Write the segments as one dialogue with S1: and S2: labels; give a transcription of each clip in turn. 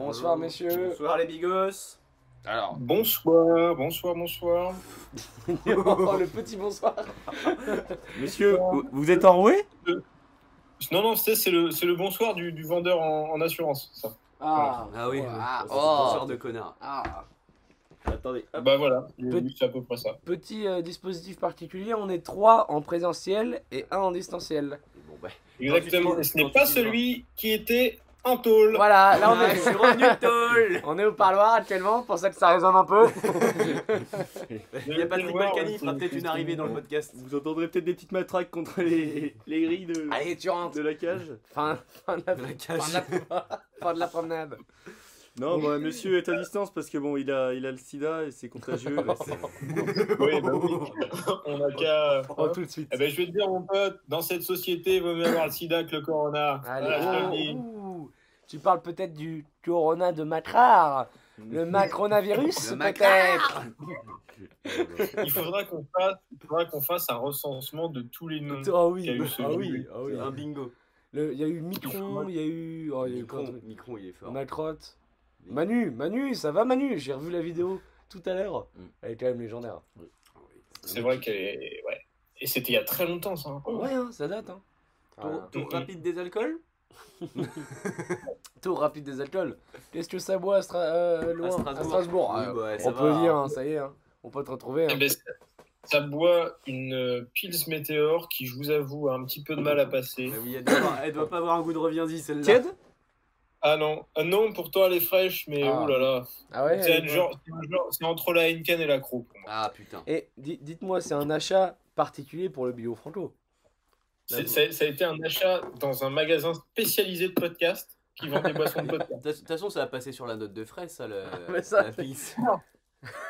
S1: Euh,
S2: Bonsoir messieurs.
S1: Bonsoir les bigos.
S2: Alors,
S3: Bonsoir, bonsoir, bonsoir.
S2: oh, le petit bonsoir.
S4: Monsieur, vous- vous êtes enroué
S3: Non, non, c'est c'est le, c'est le bonsoir du, du vendeur en, en assurance, ça.
S2: Ah,
S1: Ah oui.
S2: Ah,
S1: Bonsoir
S2: oh.
S1: de connard.
S2: Ah.
S1: Attendez. hop.
S3: Bah voilà,
S2: Petit-
S3: c'est à peu près ça.
S2: Petit euh, dispositif particulier, on est trois en présentiel et un en distanciel.
S1: Bon, bah.
S3: Exactement,
S1: tu-
S3: et ce
S1: quand
S3: n'est
S1: tu
S3: pas
S1: dis-
S3: celui qui était en tôle.
S2: Voilà, là on
S1: Ah, je suis
S2: est,
S1: revenu tôle.
S2: on est au parloir actuellement, pour ça que ça résonne un peu.
S1: Il y a Patrick
S3: hein,
S1: Balkany, il fera peut-être une arrivée dans le podcast.
S4: Vous entendrez peut-être des petites matraques contre les, les grilles de,
S2: Allez, tu rentres.
S4: de la cage.
S2: Fin, fin de, la,
S1: La
S2: fin de
S1: cage.
S2: la- fin de la promenade.
S4: Non, bah, monsieur est à distance parce que bon, il a, il a le sida et c'est contagieux. là, c'est-
S3: Oui, bah oui. On a qu'à.
S2: Oh, tout de suite.
S3: Eh ben, je vais te dire, mon pote, dans cette société, il vaut mieux avoir le sida que le corona. Voilà, Ah, je te le
S2: Allez,
S3: dis.
S2: oh, ouh. tu parles peut-être du corona de Macrar, le macronavirus
S1: Le
S2: peut-être.
S1: Ah
S3: Il faudra qu'on fasse, il faudra qu'on fasse un recensement de tous les noms.
S2: Ah oui,
S3: Quel
S2: ah oui,
S3: sujet.
S2: ah oui.
S1: Un bingo.
S2: Le- Il y a eu Micron, il y a eu. Oh, il y a eu plein de
S1: Micron,
S2: trucs.
S1: Micron, il est fort.
S2: Macrotte. Manu, Manu, ça va Manu J'ai revu la vidéo tout à l'heure.
S1: Mm.
S2: Elle est quand même légendaire.
S3: C'est vrai que. eh, Ouais. Et c'était il y a très longtemps, ça.
S4: Oh.
S2: Ouais, hein, ça date. Hein.
S1: Tour,
S2: Tour,
S1: tour rapide des alcools
S2: tour rapide des alcools. Qu'est-ce que ça boit à, Stra- euh, loin, à Strasbourg,
S1: Oui,
S2: Ah,
S1: bah ouais, ça
S2: On peut
S1: va.
S2: dire, hein, ça y est, hein. on peut te retrouver.
S3: Eh
S2: hein.
S3: ben, ça- ça boit une euh, Pils Météor qui, je vous avoue, a un petit peu de mal à passer.
S1: Ah oui, elle, doit avoir- elle doit pas avoir un goût de reviens-y celle-là.
S2: Tiède
S3: Ah non, Ah non, pourtant elle est fraîche, mais
S2: Ah.
S3: oulala.
S2: Ah ouais
S3: c'est
S2: elle-
S3: un genre- c'est un genre- c'est entre la Henken et la Cro pour moi.
S1: Ah putain.
S2: Et eh, di- dites-moi, c'est un achat particulier pour le bio franco
S3: C'est- Ça, ça a été un achat dans un magasin spécialisé de podcast qui vend des boissons de podcast.
S1: De toute façon, ça va passer sur la note de fraise, ça, le...
S2: Mais ça,
S1: la pisse.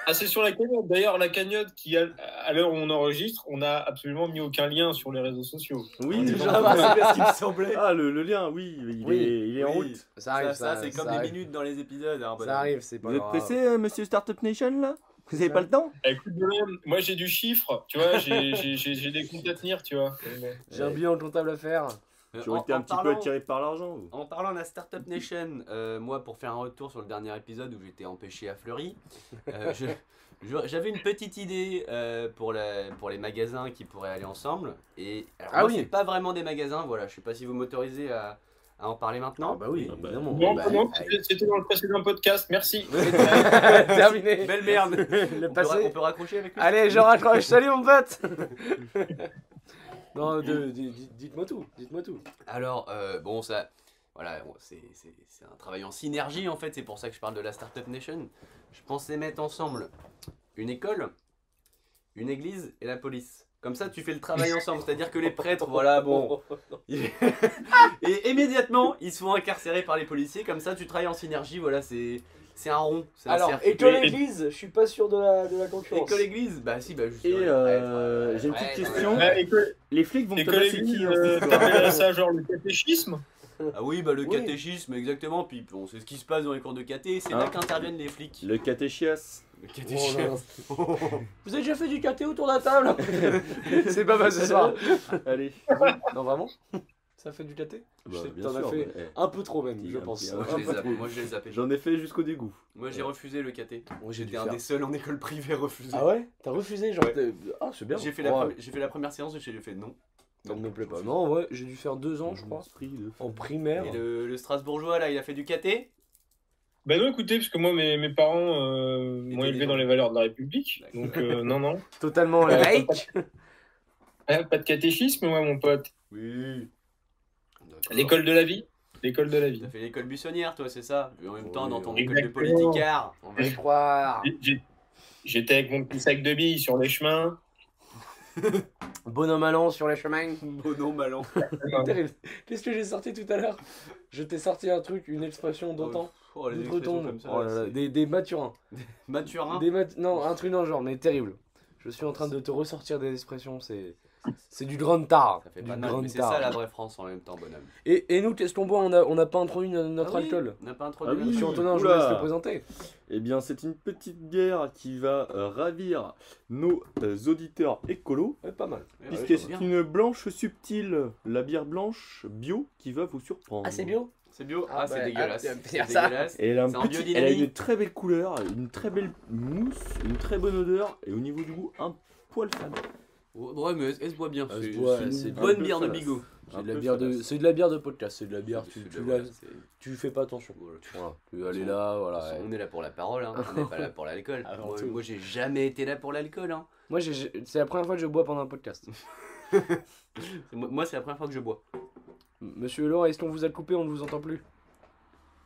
S3: Ah, c'est sur la cagnotte. D'ailleurs, la cagnotte qui, à à l'heure où on enregistre, on n'a absolument mis aucun lien sur les réseaux sociaux.
S4: Oui,
S1: Ah
S4: déjà.
S1: bah, c'est bien ce qui me semblait.
S4: Ah, le, le lien, oui, il
S2: Oui,
S4: est, il est en
S1: oui.
S4: route.
S2: Ça arrive,
S1: ça, ça, c'est comme les
S2: arrive.
S1: minutes dans les épisodes. hein, bonhomme.
S2: Ça arrive, c'est pas
S4: Vous êtes
S2: grave.
S4: pressé, euh, monsieur Startup Nation, là Vous avez pas le temps
S3: Eh, Écoute, Guillaume, moi j'ai du chiffre, tu vois, j'ai- j'ai j'ai- j'ai des comptes à tenir, tu vois.
S2: J'ai un bilan comptable à faire.
S1: Euh,
S4: J'aurais
S1: en-
S4: été un
S1: en
S4: petit peu
S1: parlant-
S4: attiré par l'argent. vous.
S1: En parlant de la Startup Nation, euh, moi, pour faire un retour sur le dernier épisode où j'étais empêché à Fleury, euh, je- je- j'avais une petite idée euh, pour, la- pour les magasins qui pourraient aller ensemble. Et alors,
S2: Ah
S1: moi,
S2: oui.
S1: c'est pas vraiment des magasins, voilà. Je sais pas si vous m'autorisez à, à en parler maintenant.
S2: oui,
S4: Ah bah,
S2: évidemment.
S3: Non,
S2: Bah,
S3: non, c'était- c'était dans le précédent podcast, merci.
S2: Terminé.
S1: Belle merde.
S2: Le
S1: on, peut ra- on
S2: passé.
S1: peut raccrocher avec lui
S2: Allez, je raccroche. Salut mon pote. non, de- di- di- dites-moi tout. Dites-moi tout.
S1: Alors, euh, bon, ça, voilà, bon, c'est c'est- c'est un travail en synergie en fait, c'est pour ça que je parle de la Startup Nation. Je pensais mettre ensemble une école, une église et la police. Comme ça, tu fais le travail ensemble, c'est-à-dire que les prêtres, voilà, bon. ils- et immédiatement, ils se font incarcérer par les policiers, comme ça, tu travailles en synergie, voilà, c'est c'est un rond. c'est un
S2: Alors,
S1: cercle.
S2: école-église, je suis pas sûr de la, de la concurrence.
S1: école-église Bah, si, bah, juste.
S4: Et
S1: les
S4: euh,
S1: prêtres,
S4: j'ai une
S1: ouais,
S4: petite
S1: ouais,
S4: question.
S1: ouais.
S3: Ouais, et que-
S4: Les flics vont
S3: et
S4: te
S3: que
S4: tabasser
S3: les-
S4: qui dans
S3: euh,
S4: cette
S3: t'appelles
S4: histoire
S3: ça genre le catéchisme
S1: Ah oui, bah le
S2: Oui.
S1: catéchisme, exactement. Puis bon, c'est ce qui se passe dans les cours de caté, c'est
S4: Hein
S1: là qu'interviennent les flics.
S4: Le catéchias.
S2: Oh là
S1: Le
S2: là.
S1: catéchisme.
S2: Vous avez déjà fait du caté autour de la table C'est pas mal ce soir.
S4: Allez.
S2: Non, vraiment Ça fait du caté Je sais que t'en as fait
S4: mais, eh,
S2: un ah, peu trop même,
S4: Il
S2: je
S4: a un
S2: pense.
S4: petit-
S1: Moi, je les
S4: pas
S1: zappe,
S4: trop.
S1: moi, je les zappe.
S4: J'en ai fait jusqu'au dégoût.
S1: Moi j'ai
S4: Ouais.
S1: refusé le caté.
S4: Moi
S1: J'étais un des seuls en école privée à refuser.
S2: Ah ouais T'as refusé genre t'es- Ah, c'est bien.
S1: J'ai fait, la
S2: Ouais.
S1: premi- j'ai fait la première séance et j'ai fait non.
S2: Ça me plaît pas. Non, ouais, j'ai dû faire deux ans, je crois. En primaire.
S1: Et le, le Strasbourgeois là, il a fait du caté
S3: Ben non, écoutez, parce que moi, mes, mes parents euh, m'ont
S1: Étaient
S3: élevé
S1: des-
S3: dans les valeurs de la République.
S1: D'accord.
S3: Donc, euh, non, non.
S2: Totalement
S3: Ouais,
S2: laïque.
S3: Hein, pas de catéchisme, ouais, mon pote.
S1: Oui.
S3: L'école de la vie. L'école de la vie.
S1: T'as fait l'école buissonnière, toi, c'est ça Et en même temps,
S4: Oui,
S1: dans ton
S3: oui.
S1: école de
S3: Exactement.
S1: politicard. on va-
S2: Je crois.
S3: J'ai- j'ai- J'étais avec mon petit sac de billes sur les chemins.
S2: Bonhomme allant sur les chemins.
S1: Bon nom, mal an.
S2: Terrible. Qu'est-ce que j'ai sorti tout à l'heure Je t'ai sorti un truc, une expression d'antan.
S1: Oh, les expressions
S2: D'outre-tombe.
S1: comme ça.
S2: Oh là là,
S1: c'est-
S2: Des, des maturins.
S1: Maturin.
S2: Des mat- Non, un truc dans le genre, mais terrible. Je suis en train de te ressortir des expressions, c'est. C'est du grand tard.
S1: Ça fait
S2: Du
S1: pas de mal,
S2: grand
S1: mais c'est
S2: tard.
S1: ça la vraie France en même temps, bonhomme.
S2: Et, et nous, qu'est-ce qu'on boit On n'a on n'a pas introduit no- notre
S1: Ah oui,
S2: alcool.
S1: On n'a pas introduit.
S4: Ah oui.
S2: Monsieur
S1: notre-
S2: Antonin, je vous
S4: Oula.
S2: laisse le présenter.
S4: Eh bien, c'est une petite bière qui va euh, ravir nos euh, auditeurs écolos,
S2: Ouais, pas mal.
S1: Ouais, ouais,
S4: puisque
S1: c'est
S4: c'est
S1: bien.
S4: une blanche subtile, la bière blanche bio, qui va vous surprendre.
S2: Ah, c'est bio
S1: C'est bio Ah,
S2: Ah,
S1: c'est
S2: bah,
S1: dégueulasse.
S2: ah,
S1: C'est
S2: bien ça.
S1: dégueulasse.
S4: Et elle a, un
S1: C'est en
S4: petit-
S1: biodynamie.
S4: elle a une très belle couleur, une très belle mousse, une très bonne odeur et au niveau du goût, un poil fade.
S1: Ouais, mais elle se boit bien.
S2: Elle se
S1: C'est
S2: boit,
S1: c'est
S2: c'est
S1: une
S2: un
S1: bonne
S4: peu
S1: bière de
S4: fadasse.
S1: bigot.
S2: C'est
S4: Un
S2: de, la
S4: peu
S2: bière de...
S4: fadasse.
S2: c'est de la bière de podcast, c'est de la bière, tu,
S1: C'est de
S2: tu,
S1: la-
S2: la-
S1: c'est-
S2: tu fais pas attention.
S1: voilà, tu-
S2: Voilà, tu aller
S1: façon,
S2: là,
S1: Parce
S2: voilà.
S1: qu'on est là pour la parole, hein. on n'est pas là pour l'alcool.
S2: Avant
S1: Moi,
S2: tout.
S1: moi, j'ai jamais été là pour l'alcool. Hein.
S2: Moi, j'ai- j'ai- c'est la première fois que je bois pendant un podcast.
S1: C'est- Moi, moi, c'est la première fois que je bois.
S2: Monsieur Laurent, est-ce qu'on vous a coupé On ne vous entend plus.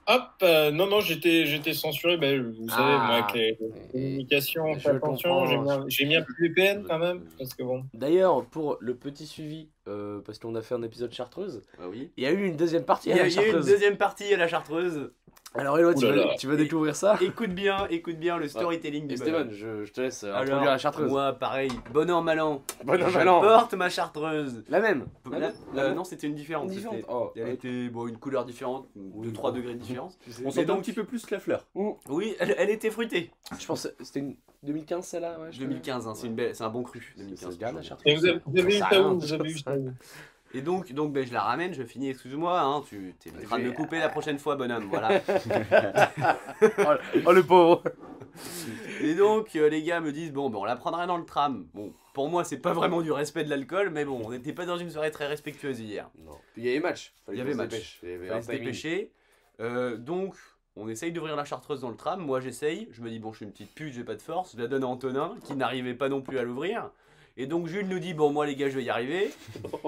S3: Hop, euh, non, non, j'étais, j'étais censuré. Ben, vous savez,
S2: Ah.
S3: moi, avec les
S2: euh,
S3: communications,
S2: Je
S3: fais attention,
S2: comprends.
S3: j'ai mis, un- j'ai mis un petit VPN quand même. Parce que bon.
S2: D'ailleurs, pour le petit suivi, euh, parce qu'on a fait un épisode chartreuse,
S1: Ah oui.
S2: il y a eu une deuxième partie
S1: Il
S2: à
S1: y a
S2: la
S1: il y a eu une
S2: chartreuse.
S1: deuxième partie à la chartreuse.
S2: Alors, Eloi, tu,
S3: Ouh là
S2: vas-
S3: là.
S2: tu vas découvrir ça.
S1: Écoute bien, écoute bien le storytelling
S2: Et
S1: du bonhomme.
S2: Stéphane, je, je te laisse euh,
S1: Eh Alors,
S2: introduire la chartreuse.
S1: Moi, pareil, bon an, mal an.
S2: Bon an,
S1: Je
S2: mal an.
S1: porte ma chartreuse.
S2: La même.
S1: Là-
S2: La-
S1: là,
S2: la-
S1: non, c'était une différente.
S2: différente.
S1: c'était-
S2: Oh,
S1: Elle
S2: ouais.
S1: était bon, une couleur différente, de
S2: Oui,
S1: 3
S2: bon.
S1: degrés de différence.
S2: Tu sais.
S4: On
S2: Mais
S4: sent
S2: donc,
S4: un petit peu plus la fleur.
S1: Oui, elle, elle était fruitée.
S2: Je pense que c'était une 2015 celle-là. Ouais, Ah, je-
S1: 2015, hein, c'est une belle, c'est un bon cru.
S2: C'est-
S1: 2015.
S2: c'est garde, la
S1: je trouve.
S2: chartreuse.
S3: Et vous avez, vous avez
S2: Ça
S3: eu ça
S2: rien,
S3: où Vous avez eu
S2: ça
S3: ça où
S1: Et donc, donc ben, je la ramène, je finis, excuse-moi, hein, tu t'éviteras de me couper la prochaine fois, bonhomme, voilà.
S2: Oh, oh, le pauvre.
S1: Et donc, euh, les gars me disent, bon, ben, on la prendra dans le tram. Bon, pour moi, c'est pas vraiment du respect de l'alcool, mais bon, on n'était pas dans une soirée très respectueuse hier.
S2: Non. Puis il y avait match.
S1: Il y avait match. Il fallait se dépêcher. Euh, donc, on essaye d'ouvrir la chartreuse dans le tram. Moi, j'essaye. Je me dis, bon, je suis une petite pute, j'ai pas de force. Je la donne à Antonin, qui n'arrivait pas non plus à l'ouvrir. Et donc, Jules nous dit, bon, moi, les gars, je vais y arriver.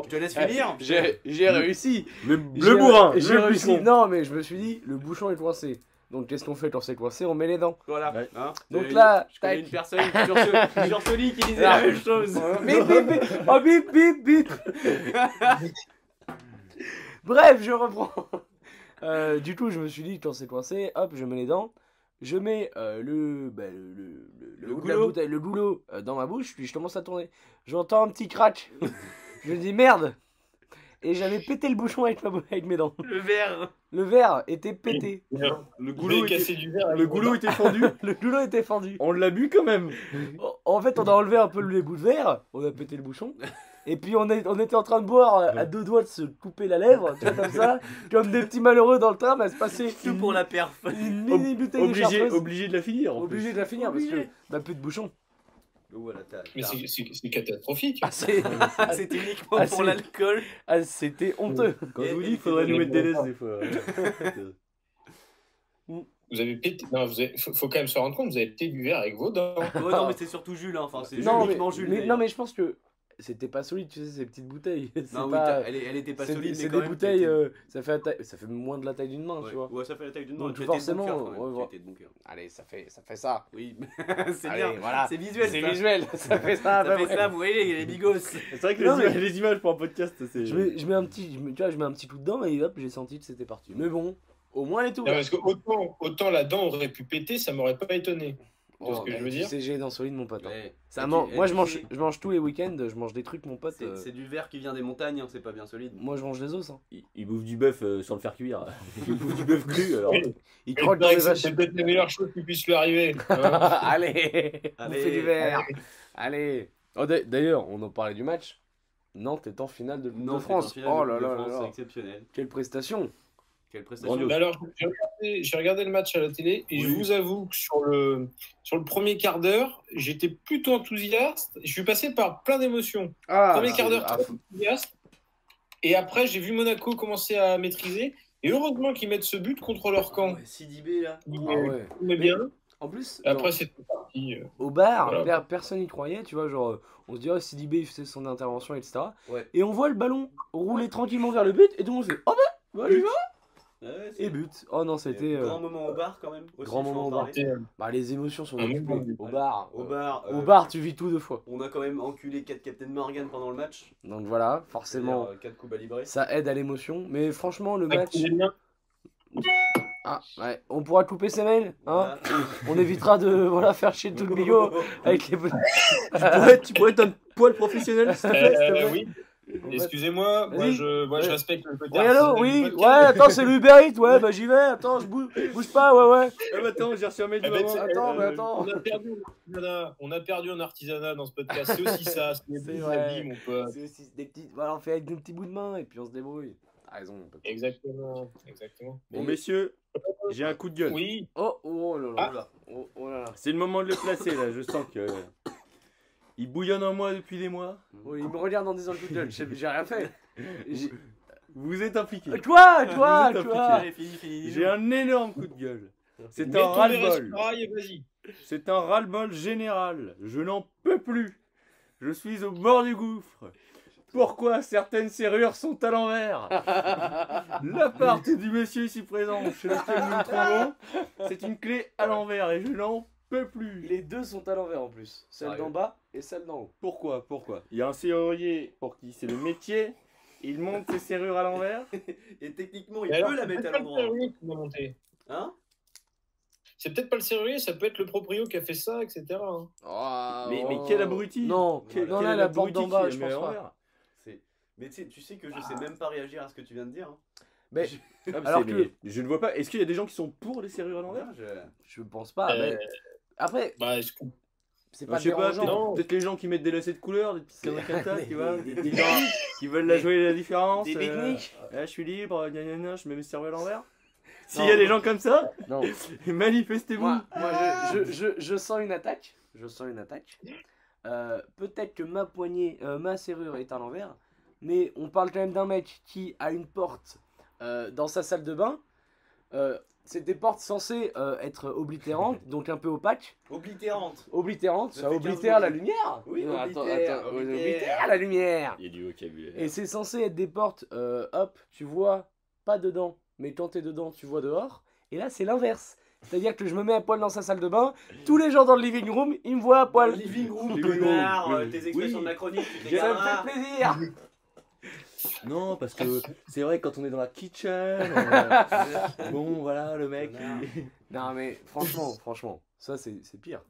S1: Je te laisse finir.
S2: J'ai j'ai réussi.
S4: Le,
S2: J'ai-
S4: le bourrin
S2: J'ai
S4: le
S2: réussi.
S4: buisson.
S2: Non, mais je me suis dit, le bouchon est coincé. Donc qu'est-ce qu'on fait quand c'est coincé On met les dents.
S1: Voilà.
S4: Ouais.
S1: hein.
S2: Donc
S1: Euh,
S2: là,
S1: je connais
S2: tac. Ah.
S1: une personne sur ce, sur ce lit qui disait la même chose.
S2: Bip, bip, bip. Oh, bip, bip, bip. Bref, je reprends. Euh, du coup, je me suis dit, quand c'est coincé, hop, je mets les dents. Je mets euh, le, bah, le, le, le- le
S1: Le
S2: bout de la
S1: goulot.
S2: bouteille- le goulot euh, dans ma bouche, puis je commence à tourner. J'entends un petit crack. je me dis, merde. Et j'avais pété le bouchon avec, ma, bou- avec mes dents.
S1: Le verre.
S2: Le verre était pété.
S4: Le
S3: Vous avez
S4: goulot, était,
S3: cassé du verre.
S4: le goulot était fendu.
S2: Le goulot était fendu.
S4: On l'a bu quand même.
S2: En- En fait, on a enlevé un peu les bouts de verre, on a pété le bouchon, et puis on, est- on était en train de boire euh, à deux doigts de se couper la lèvre, tu vois, comme ça, comme des petits malheureux dans le train, mais se passer
S1: Tout pour la perf.
S2: une mini bouteille de
S4: Obligé,
S2: chartreuse.
S4: obligé de la finir. En
S2: Obligé
S4: plus.
S2: de la finir parce que
S1: Obligé.
S2: bah, plus de bouchon.
S1: Oh, Voilà, t'as-
S3: Mais c'est, c'est- c'est catastrophique.
S2: Ah, c'est-
S1: Ah, C'était uniquement
S2: Ah,
S1: pour
S2: c'est-
S1: l'alcool.
S2: ah, c'était
S1: Oh,
S2: honteux.
S4: Quand je vous
S1: Et-
S4: dis,
S1: et-
S4: il faudrait
S1: et-
S4: nous mettre des laisses des fois.
S3: Vous avez pété. Non, vous avez- faut, faut quand même se rendre compte, vous avez pété du verre avec vos dents.
S1: Oh, non, mais c'est surtout Jules. hein. Enfin, c'est
S2: Non mais,
S1: uniquement Jules.
S2: mais-
S1: d'ailleurs.
S2: non, mais je pense que c'était pas solide, tu sais, ces petites bouteilles. C'est
S1: Non, oui,
S2: pas-
S1: t'as- elle, est- elle était pas
S2: c'est-
S1: solide. mais
S2: c'est
S1: quand
S2: des
S1: même,
S2: bouteilles,
S1: t'étais-
S2: euh, ça, fait la taille- ça fait moins de la taille d'une main,
S1: ouais.
S2: tu vois.
S1: Ouais, ça fait la taille d'une
S2: Donc,
S1: main. tu étais de bon
S2: forcément,
S1: cœur, quand même.
S2: ouais,
S1: Tu
S2: voilà.
S1: étais de bon cœur.
S2: Allez, ça fait, ça fait ça.
S1: euh, Oui, mais c'est
S2: Allez,
S1: bien.
S2: voilà.
S1: C'est visuel. ça.
S2: visuel, ça fait ça. à peu
S1: Ça fait
S2: près.
S1: ça, vous voyez les, les bigos.
S4: C'est vrai que les,
S2: Non, mais-
S4: ima- les images pour un podcast, c'est.
S2: Je mets, je mets un petit, je mets- tu vois, je mets un petit coup dedans et hop, j'ai senti que c'était parti. Mais bon, au moins elle est
S3: Non,
S2: ouverte.
S3: parce que autant, autant la dent aurait pu péter, ça m'aurait pas étonné.
S2: Oh,
S3: ce que je
S2: bah,
S3: veux
S2: tu
S3: dire.
S2: sais, j'ai dans solide mon pote. hein.
S1: Ouais.
S2: Ça
S1: Et
S2: man-
S1: tu- et
S2: Moi,
S1: tu
S2: je mange,
S1: sais,
S2: je mange tous les week-ends, je mange des trucs, mon pote.
S1: C'est
S2: euh,
S1: c'est du verre qui vient des montagnes, hein, c'est pas bien solide.
S2: Moi, je mange les os. Hein.
S4: Il, il bouffe du bœuf euh, sans le faire cuire. Il bouffe du bœuf cru alors.
S3: Oui.
S2: Il
S3: Mais
S2: croque dans
S3: c'est vrai
S2: les
S3: que
S2: vaches.
S3: C'est peut-être la meilleure chose qui puisse lui arriver. hein.
S2: Allez, on
S1: Allez,
S2: fait du verre. Allez. Oh, d'a- D'ailleurs, on en parlait du match. Nantes est en finale de Coupe de
S1: Non,
S2: France. Oh là là là là.
S1: C'est exceptionnel.
S2: Quelle prestation.
S1: Quelle prestation.
S4: Grandiose.
S3: Mais alors, j'ai regardé, j'ai regardé le match à la télé et je
S1: Oui.
S3: vous avoue que sur le, sur le premier quart d'heure, j'étais plutôt enthousiaste. Je suis passé par plein d'émotions.
S2: Ah,
S3: premier quart d'heure,
S2: ah,
S3: très enthousiaste. Et après, j'ai vu Monaco commencer à maîtriser. Et heureusement qu'ils mettent ce but contre leur camp.
S1: Ouais, Sidibé là.
S3: Ils
S2: ah ouais.
S3: tournaient bien.
S1: En plus,
S3: Et après,
S1: non,
S3: c'est tout parti. euh.
S2: Au bar,
S3: Voilà.
S2: per- personne n'y croyait, tu vois, genre, euh, on se dit, oh, Sidibé, il faisait son intervention, etc.
S1: Ouais.
S2: Et on voit le ballon rouler tranquillement vers le but, et tout le monde fait, oh bah, bah, j'y vais.
S1: Ah ouais, c'est-
S2: Et but. Oh non, c'était... euh,
S1: Grand moment au bar quand même. aussi,
S2: grand
S1: faut en
S2: moment au bar.
S1: parler.
S3: C'était, euh,
S2: bah, les émotions sont
S3: Un
S2: occupées.
S3: moment de-
S2: Au bar.
S1: Au
S2: euh,
S1: bar.
S2: Au
S1: euh,
S2: bar, tu vis tout deux fois.
S1: On a quand même enculé 4 Captain Morgan pendant le match.
S2: Donc voilà, forcément,
S1: 4 coups balibrés.
S2: ça aide à l'émotion. Mais franchement, le match...
S3: Maxime Julien.
S2: Ah, ouais, on pourra couper ses mails, hein
S1: Voilà.
S2: On évitera de, voilà, faire chier tout le bigot avec les...
S4: Ah Ouais, tu pourrais être un poil professionnel s'il te
S3: Euh,
S4: plaît, s'il te plaît.
S3: oui, excusez-moi, moi
S2: Vas-y.
S3: je, moi, je
S2: Ouais.
S3: respecte le côté
S2: Ouais, allô,
S3: artisanal du
S2: oui, ouais,
S3: podcast.
S2: attends, c'est l'Uber Eats, ouais, bah j'y vais, attends, je bouge, bouge pas, ouais, ouais.
S4: Ah bah attends, j'ai reçu un mail de
S3: Ah bah,
S4: maman. Euh,
S3: tu sais,
S2: Attends, mais attends.
S3: On a perdu en artisanat, on a perdu en artisanat dans ce podcast. C'est aussi ça, c'est
S2: C'est
S3: les
S2: vrai.
S3: avis, mon pote.
S2: C'est aussi des petites- voilà, on fait avec des petits bouts de main et puis on se débrouille. T'as raison. on peut pas.
S3: Exactement. Exactement.
S4: Bon, messieurs, j'ai un coup de gueule.
S3: Oui.
S2: Oh, oh
S3: Ah.
S2: là
S4: Ah.
S2: là, oh là. Oh, oh là là.
S4: C'est le moment de le placer, là. Je sens que. Il bouillonne en moi depuis des mois.
S2: Oh, il me regarde en disant le coup de gueule. J'ai j'ai rien fait. J'ai-
S4: Vous êtes impliqués.
S2: Toi, toi,
S4: Vous êtes
S2: toi.
S1: Allez, fini, fini. dis-nous.
S4: J'ai un énorme coup de gueule. C'est
S3: Mets
S4: un
S3: tous les
S4: ras-le-bol.
S3: respirailles et vas-y.
S4: C'est un ras-le-bol général. Je n'en peux plus. Je suis au bord du gouffre. Pourquoi certaines serrures sont à l'envers L'appart du monsieur ici présent, chez lequel nous nous trouvons, c'est une clé à l'envers et je n'en peux plus.
S2: Les deux sont à l'envers en plus. Celle
S1: Sérieux
S2: d'en bas et celle d'en haut.
S4: Pourquoi Pourquoi Il y a un serrurier pour qui c'est le métier. Il monte ses serrures à l'envers.
S1: Et techniquement, il
S3: Mais alors,
S1: peut la mettre à
S3: C'est pas le
S1: l'endroit.
S3: serrurier qui m'a monté.
S1: Hein
S3: C'est peut-être pas le serrurier, ça peut être le proprio qui a fait ça, etc. hein.
S2: Oh.
S4: Mais, mais quel abruti
S2: Non,
S4: Quel-
S2: non,
S4: quel
S2: là, la porte
S4: abruti
S2: d'en
S4: qui
S2: bas,
S4: les
S2: je
S4: met
S2: pense
S4: à
S2: pas.
S4: l'envers
S1: C'est- Mais tu sais, tu sais que je sais
S3: Ah.
S1: même pas réagir à ce que tu viens de dire. hein.
S2: Mais-
S1: je...
S4: Ah, mais
S2: Alors
S4: c'est-
S2: que-
S4: mais Je ne vois pas. Est-ce qu'il y a des gens qui sont pour les serrures à
S3: Ah
S4: l'envers
S1: Non, je-
S2: Je pense pas.
S3: Euh,
S2: mais- Après,
S3: Bah, je comprends.
S2: c'est
S4: Bah,
S2: pas
S4: je sais pas,
S2: dérangeant.
S3: non.
S4: peut-être peut-être les gens qui mettent des lacets de couleur, des petites conneries comme ça, tu vois,
S2: Des-
S4: des,
S2: des-
S4: des gens qui veulent la jouer la différence.
S2: Des
S4: euh,
S2: pique-niques
S4: Ah, je suis libre, gna gna gna, je mets mes cerveaux à l'envers. S'il
S2: Non.
S4: y a des gens comme ça,
S2: Non.
S4: manifestez-vous.
S2: Moi, moi, je, je, je, je sens une attaque. Je sens une attaque. Euh, Peut-être que ma poignée, euh, ma serrure est à l'envers, mais on parle quand même d'un mec qui a une porte euh, dans sa salle de bain. Euh, C'est des portes censées euh, être oblitérantes, donc un peu opaques.
S1: Oblitérante.
S2: Oblitérantes,
S1: Ça
S2: ça
S1: fait 15
S2: oblitère la
S1: minutes.
S2: lumière.
S1: Oui,
S2: Non,
S1: oblitère,
S2: oui,
S1: oblitère.
S2: oblitère la lumière.
S4: Il y a du vocabulaire.
S2: Et c'est censé être des portes, euh, hop, tu vois pas dedans, mais quand t'es dedans, tu vois dehors. Et là, c'est l'inverse. C'est-à-dire que je me mets à poil dans sa salle de bain, tous les gens dans le living room, ils me voient à
S1: Dans
S2: poil.
S1: le living room,
S4: Living room.
S1: connard.
S4: Oui.
S1: euh, Tes expressions
S4: Oui.
S1: de la chronique, tu te les
S2: Ça
S1: garderas.
S2: me fait plaisir
S4: Non, parce que c'est vrai, quand on est dans la kitchen,
S1: Ah,
S4: euh, bon voilà, le mec.
S1: Connard.
S2: Non mais franchement, franchement, ça c'est c'est pire.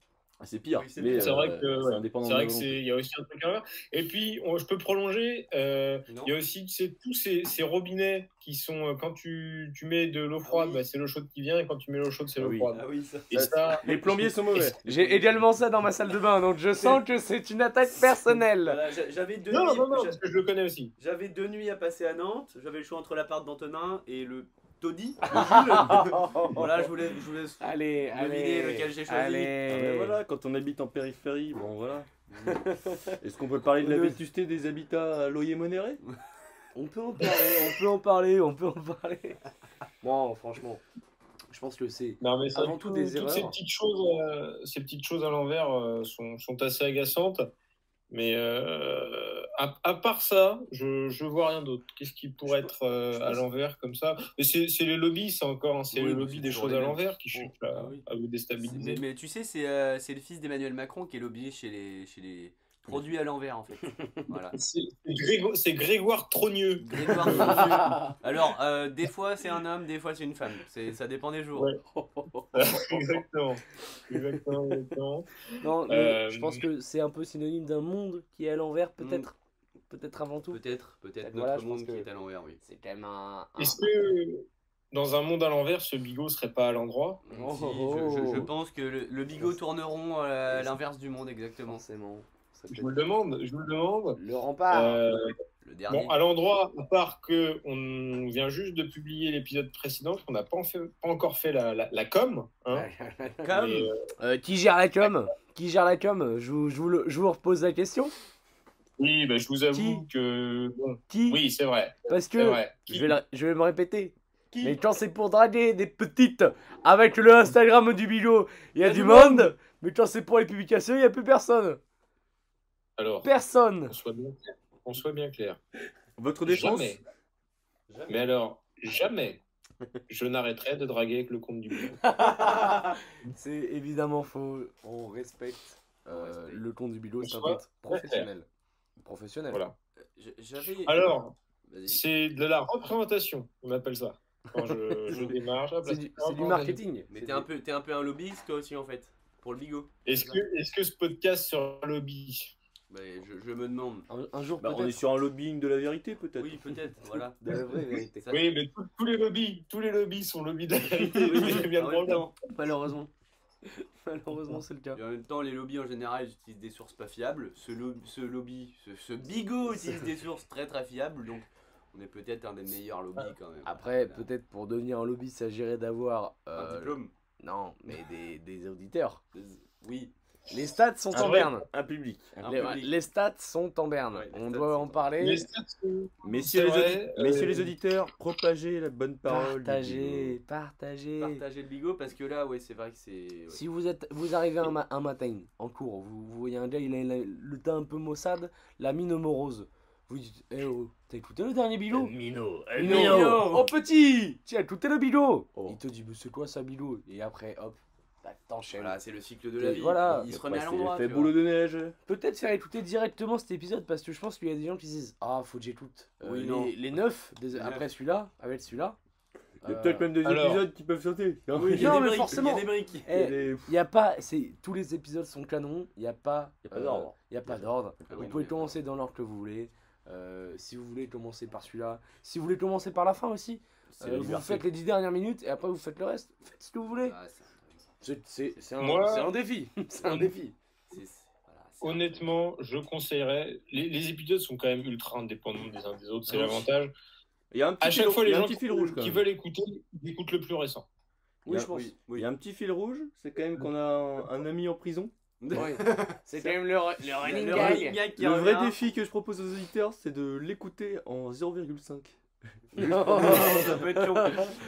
S4: Ah, c'est pire.
S1: Oui, c'est
S4: mais,
S1: pire.
S3: C'est vrai que,
S4: euh,
S3: ouais.
S4: c'est indépendant
S3: C'est vrai
S4: de
S3: que
S4: la volonté.
S3: c'est, il y a aussi un truc à voir. Et puis, on- je peux prolonger. euh,
S1: Non.
S3: il y a aussi, tu sais, tous ces, ces robinets qui sont euh, quand tu, tu mets de l'eau froide,
S1: Ah oui.
S3: bah, c'est l'eau chaude qui vient, et quand tu mets l'eau chaude, c'est
S4: Ah
S3: l'eau
S4: oui.
S3: froide.
S1: Ah oui, ça.
S3: Et ça,
S4: Les plombiers sont mauvais.
S2: J'ai également ça dans ma salle de bain, donc je sens que c'est une attaque personnelle.
S1: Voilà, j'a- J'avais deux,
S3: non, non,
S1: nuits-
S3: non, non,
S1: j'a-
S3: parce que je le connais aussi.
S1: j'avais deux nuits à passer à Nantes. J'avais le choix entre l'appart d'Antonin et le Toddy. voilà, je vous laisse, je vous laisse
S2: Allez,
S1: deviner
S2: allez.
S1: lequel j'ai choisi.
S2: Allez.
S4: Ah, ben voilà, quand on habite en périphérie, bon voilà. Est-ce qu'on peut parler de la
S2: Le-
S4: vétusté des habitats à loyer modéré
S2: On peut en parler, on peut en parler, on peut en parler. Non, franchement, je pense que c'est
S3: Non, mais ça,
S2: Avant tout, des
S3: toutes
S2: erreurs.
S3: Ces petites choses, euh, ces petites choses à l'envers euh, sont, sont assez agaçantes. Mais euh, à, à part ça, je, je vois rien d'autre. Qu'est-ce qui pourrait
S1: Je-
S3: être euh,
S1: je
S3: à
S1: pense-
S3: l'envers comme ça Mais c'est c'est les lobbies, c'est encore, hein, c'est
S1: Oui,
S3: les
S1: mais
S3: lobbies
S1: c'est
S3: des
S1: toujours
S3: choses
S1: les
S3: à
S1: mêmes.
S3: l'envers qui cherchent
S1: Ah
S3: là,
S1: oui.
S3: à vous
S1: C'est-
S3: déstabiliser.
S1: Mais, mais tu sais, c'est euh, c'est le fils d'Emmanuel Macron qui est lobbyé chez les, chez les produits à l'envers, en fait. voilà.
S3: C'est c'est Grégo- c'est Grégoire Trogneux.
S1: Grégoire Trogneux. Alors, euh, des fois c'est un homme, des fois c'est une femme. C'est- Ça dépend des jours.
S3: Ouais. exactement. Exactement, exactement.
S2: Non, le-
S3: Euh,
S2: je pense que c'est un peu synonyme d'un monde qui est à l'envers,
S1: Mm.
S2: peut-être. Peut-être avant tout.
S1: Peut-être, peut-être
S2: Voilà,
S1: notre
S2: je pense
S1: monde
S2: que-
S1: qui est à l'envers, oui.
S2: C'est quand même un. un-
S3: Est-ce que dans un monde à l'envers, ce bigot serait pas à l'endroit
S1: Si,
S2: Oh,
S1: je, je- je
S2: oh.
S1: pense que le, le bigot tourneront à l'inverse du monde, exactement.
S2: Forcément. ça peut
S3: Je vous le
S2: être-
S3: demande, je vous le demande.
S2: Le rempart.
S3: Euh,
S1: Le dernier.
S3: Bon, à l'endroit, à part que on vient juste de publier l'épisode précédent, qu'on n'a pas, en fait- pas encore fait la, la, la com. Hein,
S1: Comme-
S3: mais, euh,
S2: Euh, qui gère la com Qui gère la com je vous, je, vous le- je vous repose la question.
S3: oui, bah, je vous avoue
S2: Qui
S3: que bon,
S2: Qui
S3: oui, c'est vrai,
S2: Parce
S3: c'est
S2: que.
S3: vrai.
S2: Je vais, le- je vais me répéter.
S1: Qui
S2: Mais quand c'est pour draguer des petites avec le Instagram du Bilot, il y a du monde. Mais quand c'est pour les publications, il n'y a plus personne.
S3: Alors,
S2: Personne.
S3: on soit bien, clair, on soit bien clair.
S4: Votre défense
S3: Jamais,
S1: Jamais.
S3: mais alors jamais, je n'arrêterai de draguer avec le compte du bureau.
S2: C'est évidemment faux. On respecte,
S1: On
S2: euh,
S1: respecte.
S2: le compte du Bilot, c'est un
S3: Soit
S2: compte professionnel. Professionnel.
S3: Voilà.
S1: Je- J'avais.
S3: Alors,
S1: Vas-y.
S3: c'est de la représentation, on appelle ça. Quand je, je démarre,
S2: C'est du, c'est du marketing.
S1: Mais
S2: C'est
S1: t'es
S2: du-
S1: un, peu- t'es un peu un lobbyiste, toi aussi, en fait. Pour le bigot.
S3: Est-ce que, est-ce que ce podcast sur le lobby
S1: Bah, je, je me demande.
S2: Un, un jour
S4: Bah, on est
S2: peut-être.
S4: sur un lobbying de la vérité peut-être.
S1: Oui, peut-être, voilà.
S2: De la vraie vérité.
S1: Ça-
S3: Oui, mais tous- tous les lobbies, tous les lobbies sont lobbies de la vérité.
S1: Oui,
S3: c'est bien
S1: en
S3: le
S1: même
S3: problème.
S1: temps.
S2: Malheureusement. Malheureusement, c'est le cas.
S1: Et en même temps, les lobbies en général ils utilisent des sources pas fiables. Ce, lo- ce lobby, ce, ce bigot utilise des sources très très fiables. Donc, on est peut-être un des meilleurs lobbies quand même.
S2: Ah, Après,
S1: Voilà.
S2: peut-être pour devenir un lobby, s'agirait d'avoir.
S1: Bah. Un
S2: euh,
S1: diplôme
S2: Non, mais des, des auditeurs.
S1: Oui. Ah
S2: Les stats sont
S3: Un
S2: en
S3: vrai-
S2: berne.
S4: Un public.
S1: un
S2: Les,
S1: public.
S2: les stats sont en berne.
S1: Ouais, les
S2: On
S1: stats
S2: doit
S1: sont
S2: en
S1: en
S2: parler.
S3: Les stats sont-
S4: Messieurs, les,
S3: C'est vrai,
S4: audi- messieurs
S3: euh,
S4: les auditeurs, propagez la bonne parole.
S2: Partagez, partagez.
S1: Partagez le bigot parce que là, ouais, c'est vrai que c'est. ouais.
S2: Si vous êtes, vous arrivez un, ma- un matin en cours, vous, vous voyez un gars, il a, il a le teint un peu maussade, la mine morose. Vous dites, eh oh, t'as écouté le dernier bilot
S4: Mino.
S2: Mino. Oh petit Tu as écouté le bilot
S4: Oh.
S2: Il te dit, mais c'est quoi ça bilot Et après, hop, bah, t'enchaînes.
S1: Voilà, c'est le cycle de la
S2: Et
S1: vie.
S2: voilà.
S1: Il se remet à l'endroit.
S4: Fait
S1: tu
S4: boulot
S1: vois.
S4: de neige.
S2: Peut-être faire écouter directement cet épisode parce que je pense qu'il y a des gens qui se disent, ah, faut que j'écoute. Euh,
S1: Oui,
S2: les-
S1: non.
S2: les, neuf, des-
S1: Les
S2: après celui-là, avec celui-là.
S4: Il y a
S2: euh,
S4: peut-être même des
S3: alors-
S4: épisodes qui peuvent sauter. Ah
S1: Oui, il y a
S2: Non,
S1: des
S2: mais
S1: briques,
S2: forcément.
S1: Il y a des briques.
S2: eh,
S4: Il y a des-
S2: Il y a pas, c'est tous les épisodes sont canons. Il n'y a pas, euh,
S4: Il y a pas d'ordre.
S2: Il y a pas d'ordre.
S1: Ah
S2: vous
S1: oui, non,
S2: pouvez
S1: mais-
S2: commencer dans l'ordre que vous voulez. Euh, si vous voulez commencer par celui-là, si vous voulez commencer par la fin aussi,
S4: C'est
S2: euh,
S4: la
S2: vous
S4: liberté.
S2: faites les dix dernières minutes et après vous faites le reste. Faites ce que vous voulez.
S1: Ah, c'est-
S2: C'est- C'est c'est un,
S3: Moi-
S2: c'est un défi. C'est un défi.
S1: c'est- c'est- voilà, c'est-
S3: Honnêtement, je conseillerais. Les, les épisodes sont quand même ultra indépendants des uns des autres, c'est
S4: Ah oui.
S3: l'avantage.
S4: Il y a un petit
S3: À chaque
S4: fil-
S3: fois,
S4: il y
S3: les
S4: a un
S3: gens
S4: petit
S3: qui,
S4: fil rouge quand
S3: qui
S4: même.
S3: veulent écouter, ils écoutent le plus récent.
S4: Il y
S2: Oui,
S4: a-
S2: je pense.
S1: Oui,
S4: Il
S1: oui.
S4: y a un petit fil rouge, c'est quand même qu'on a un, un ami en prison.
S2: Oui. C'est quand même le, re- le running
S1: Le
S2: gag.
S1: running gag qui
S4: Le vrai
S1: revient.
S4: défi que je propose aux auditeurs, c'est de l'écouter en 0,5.
S1: ça peut être long.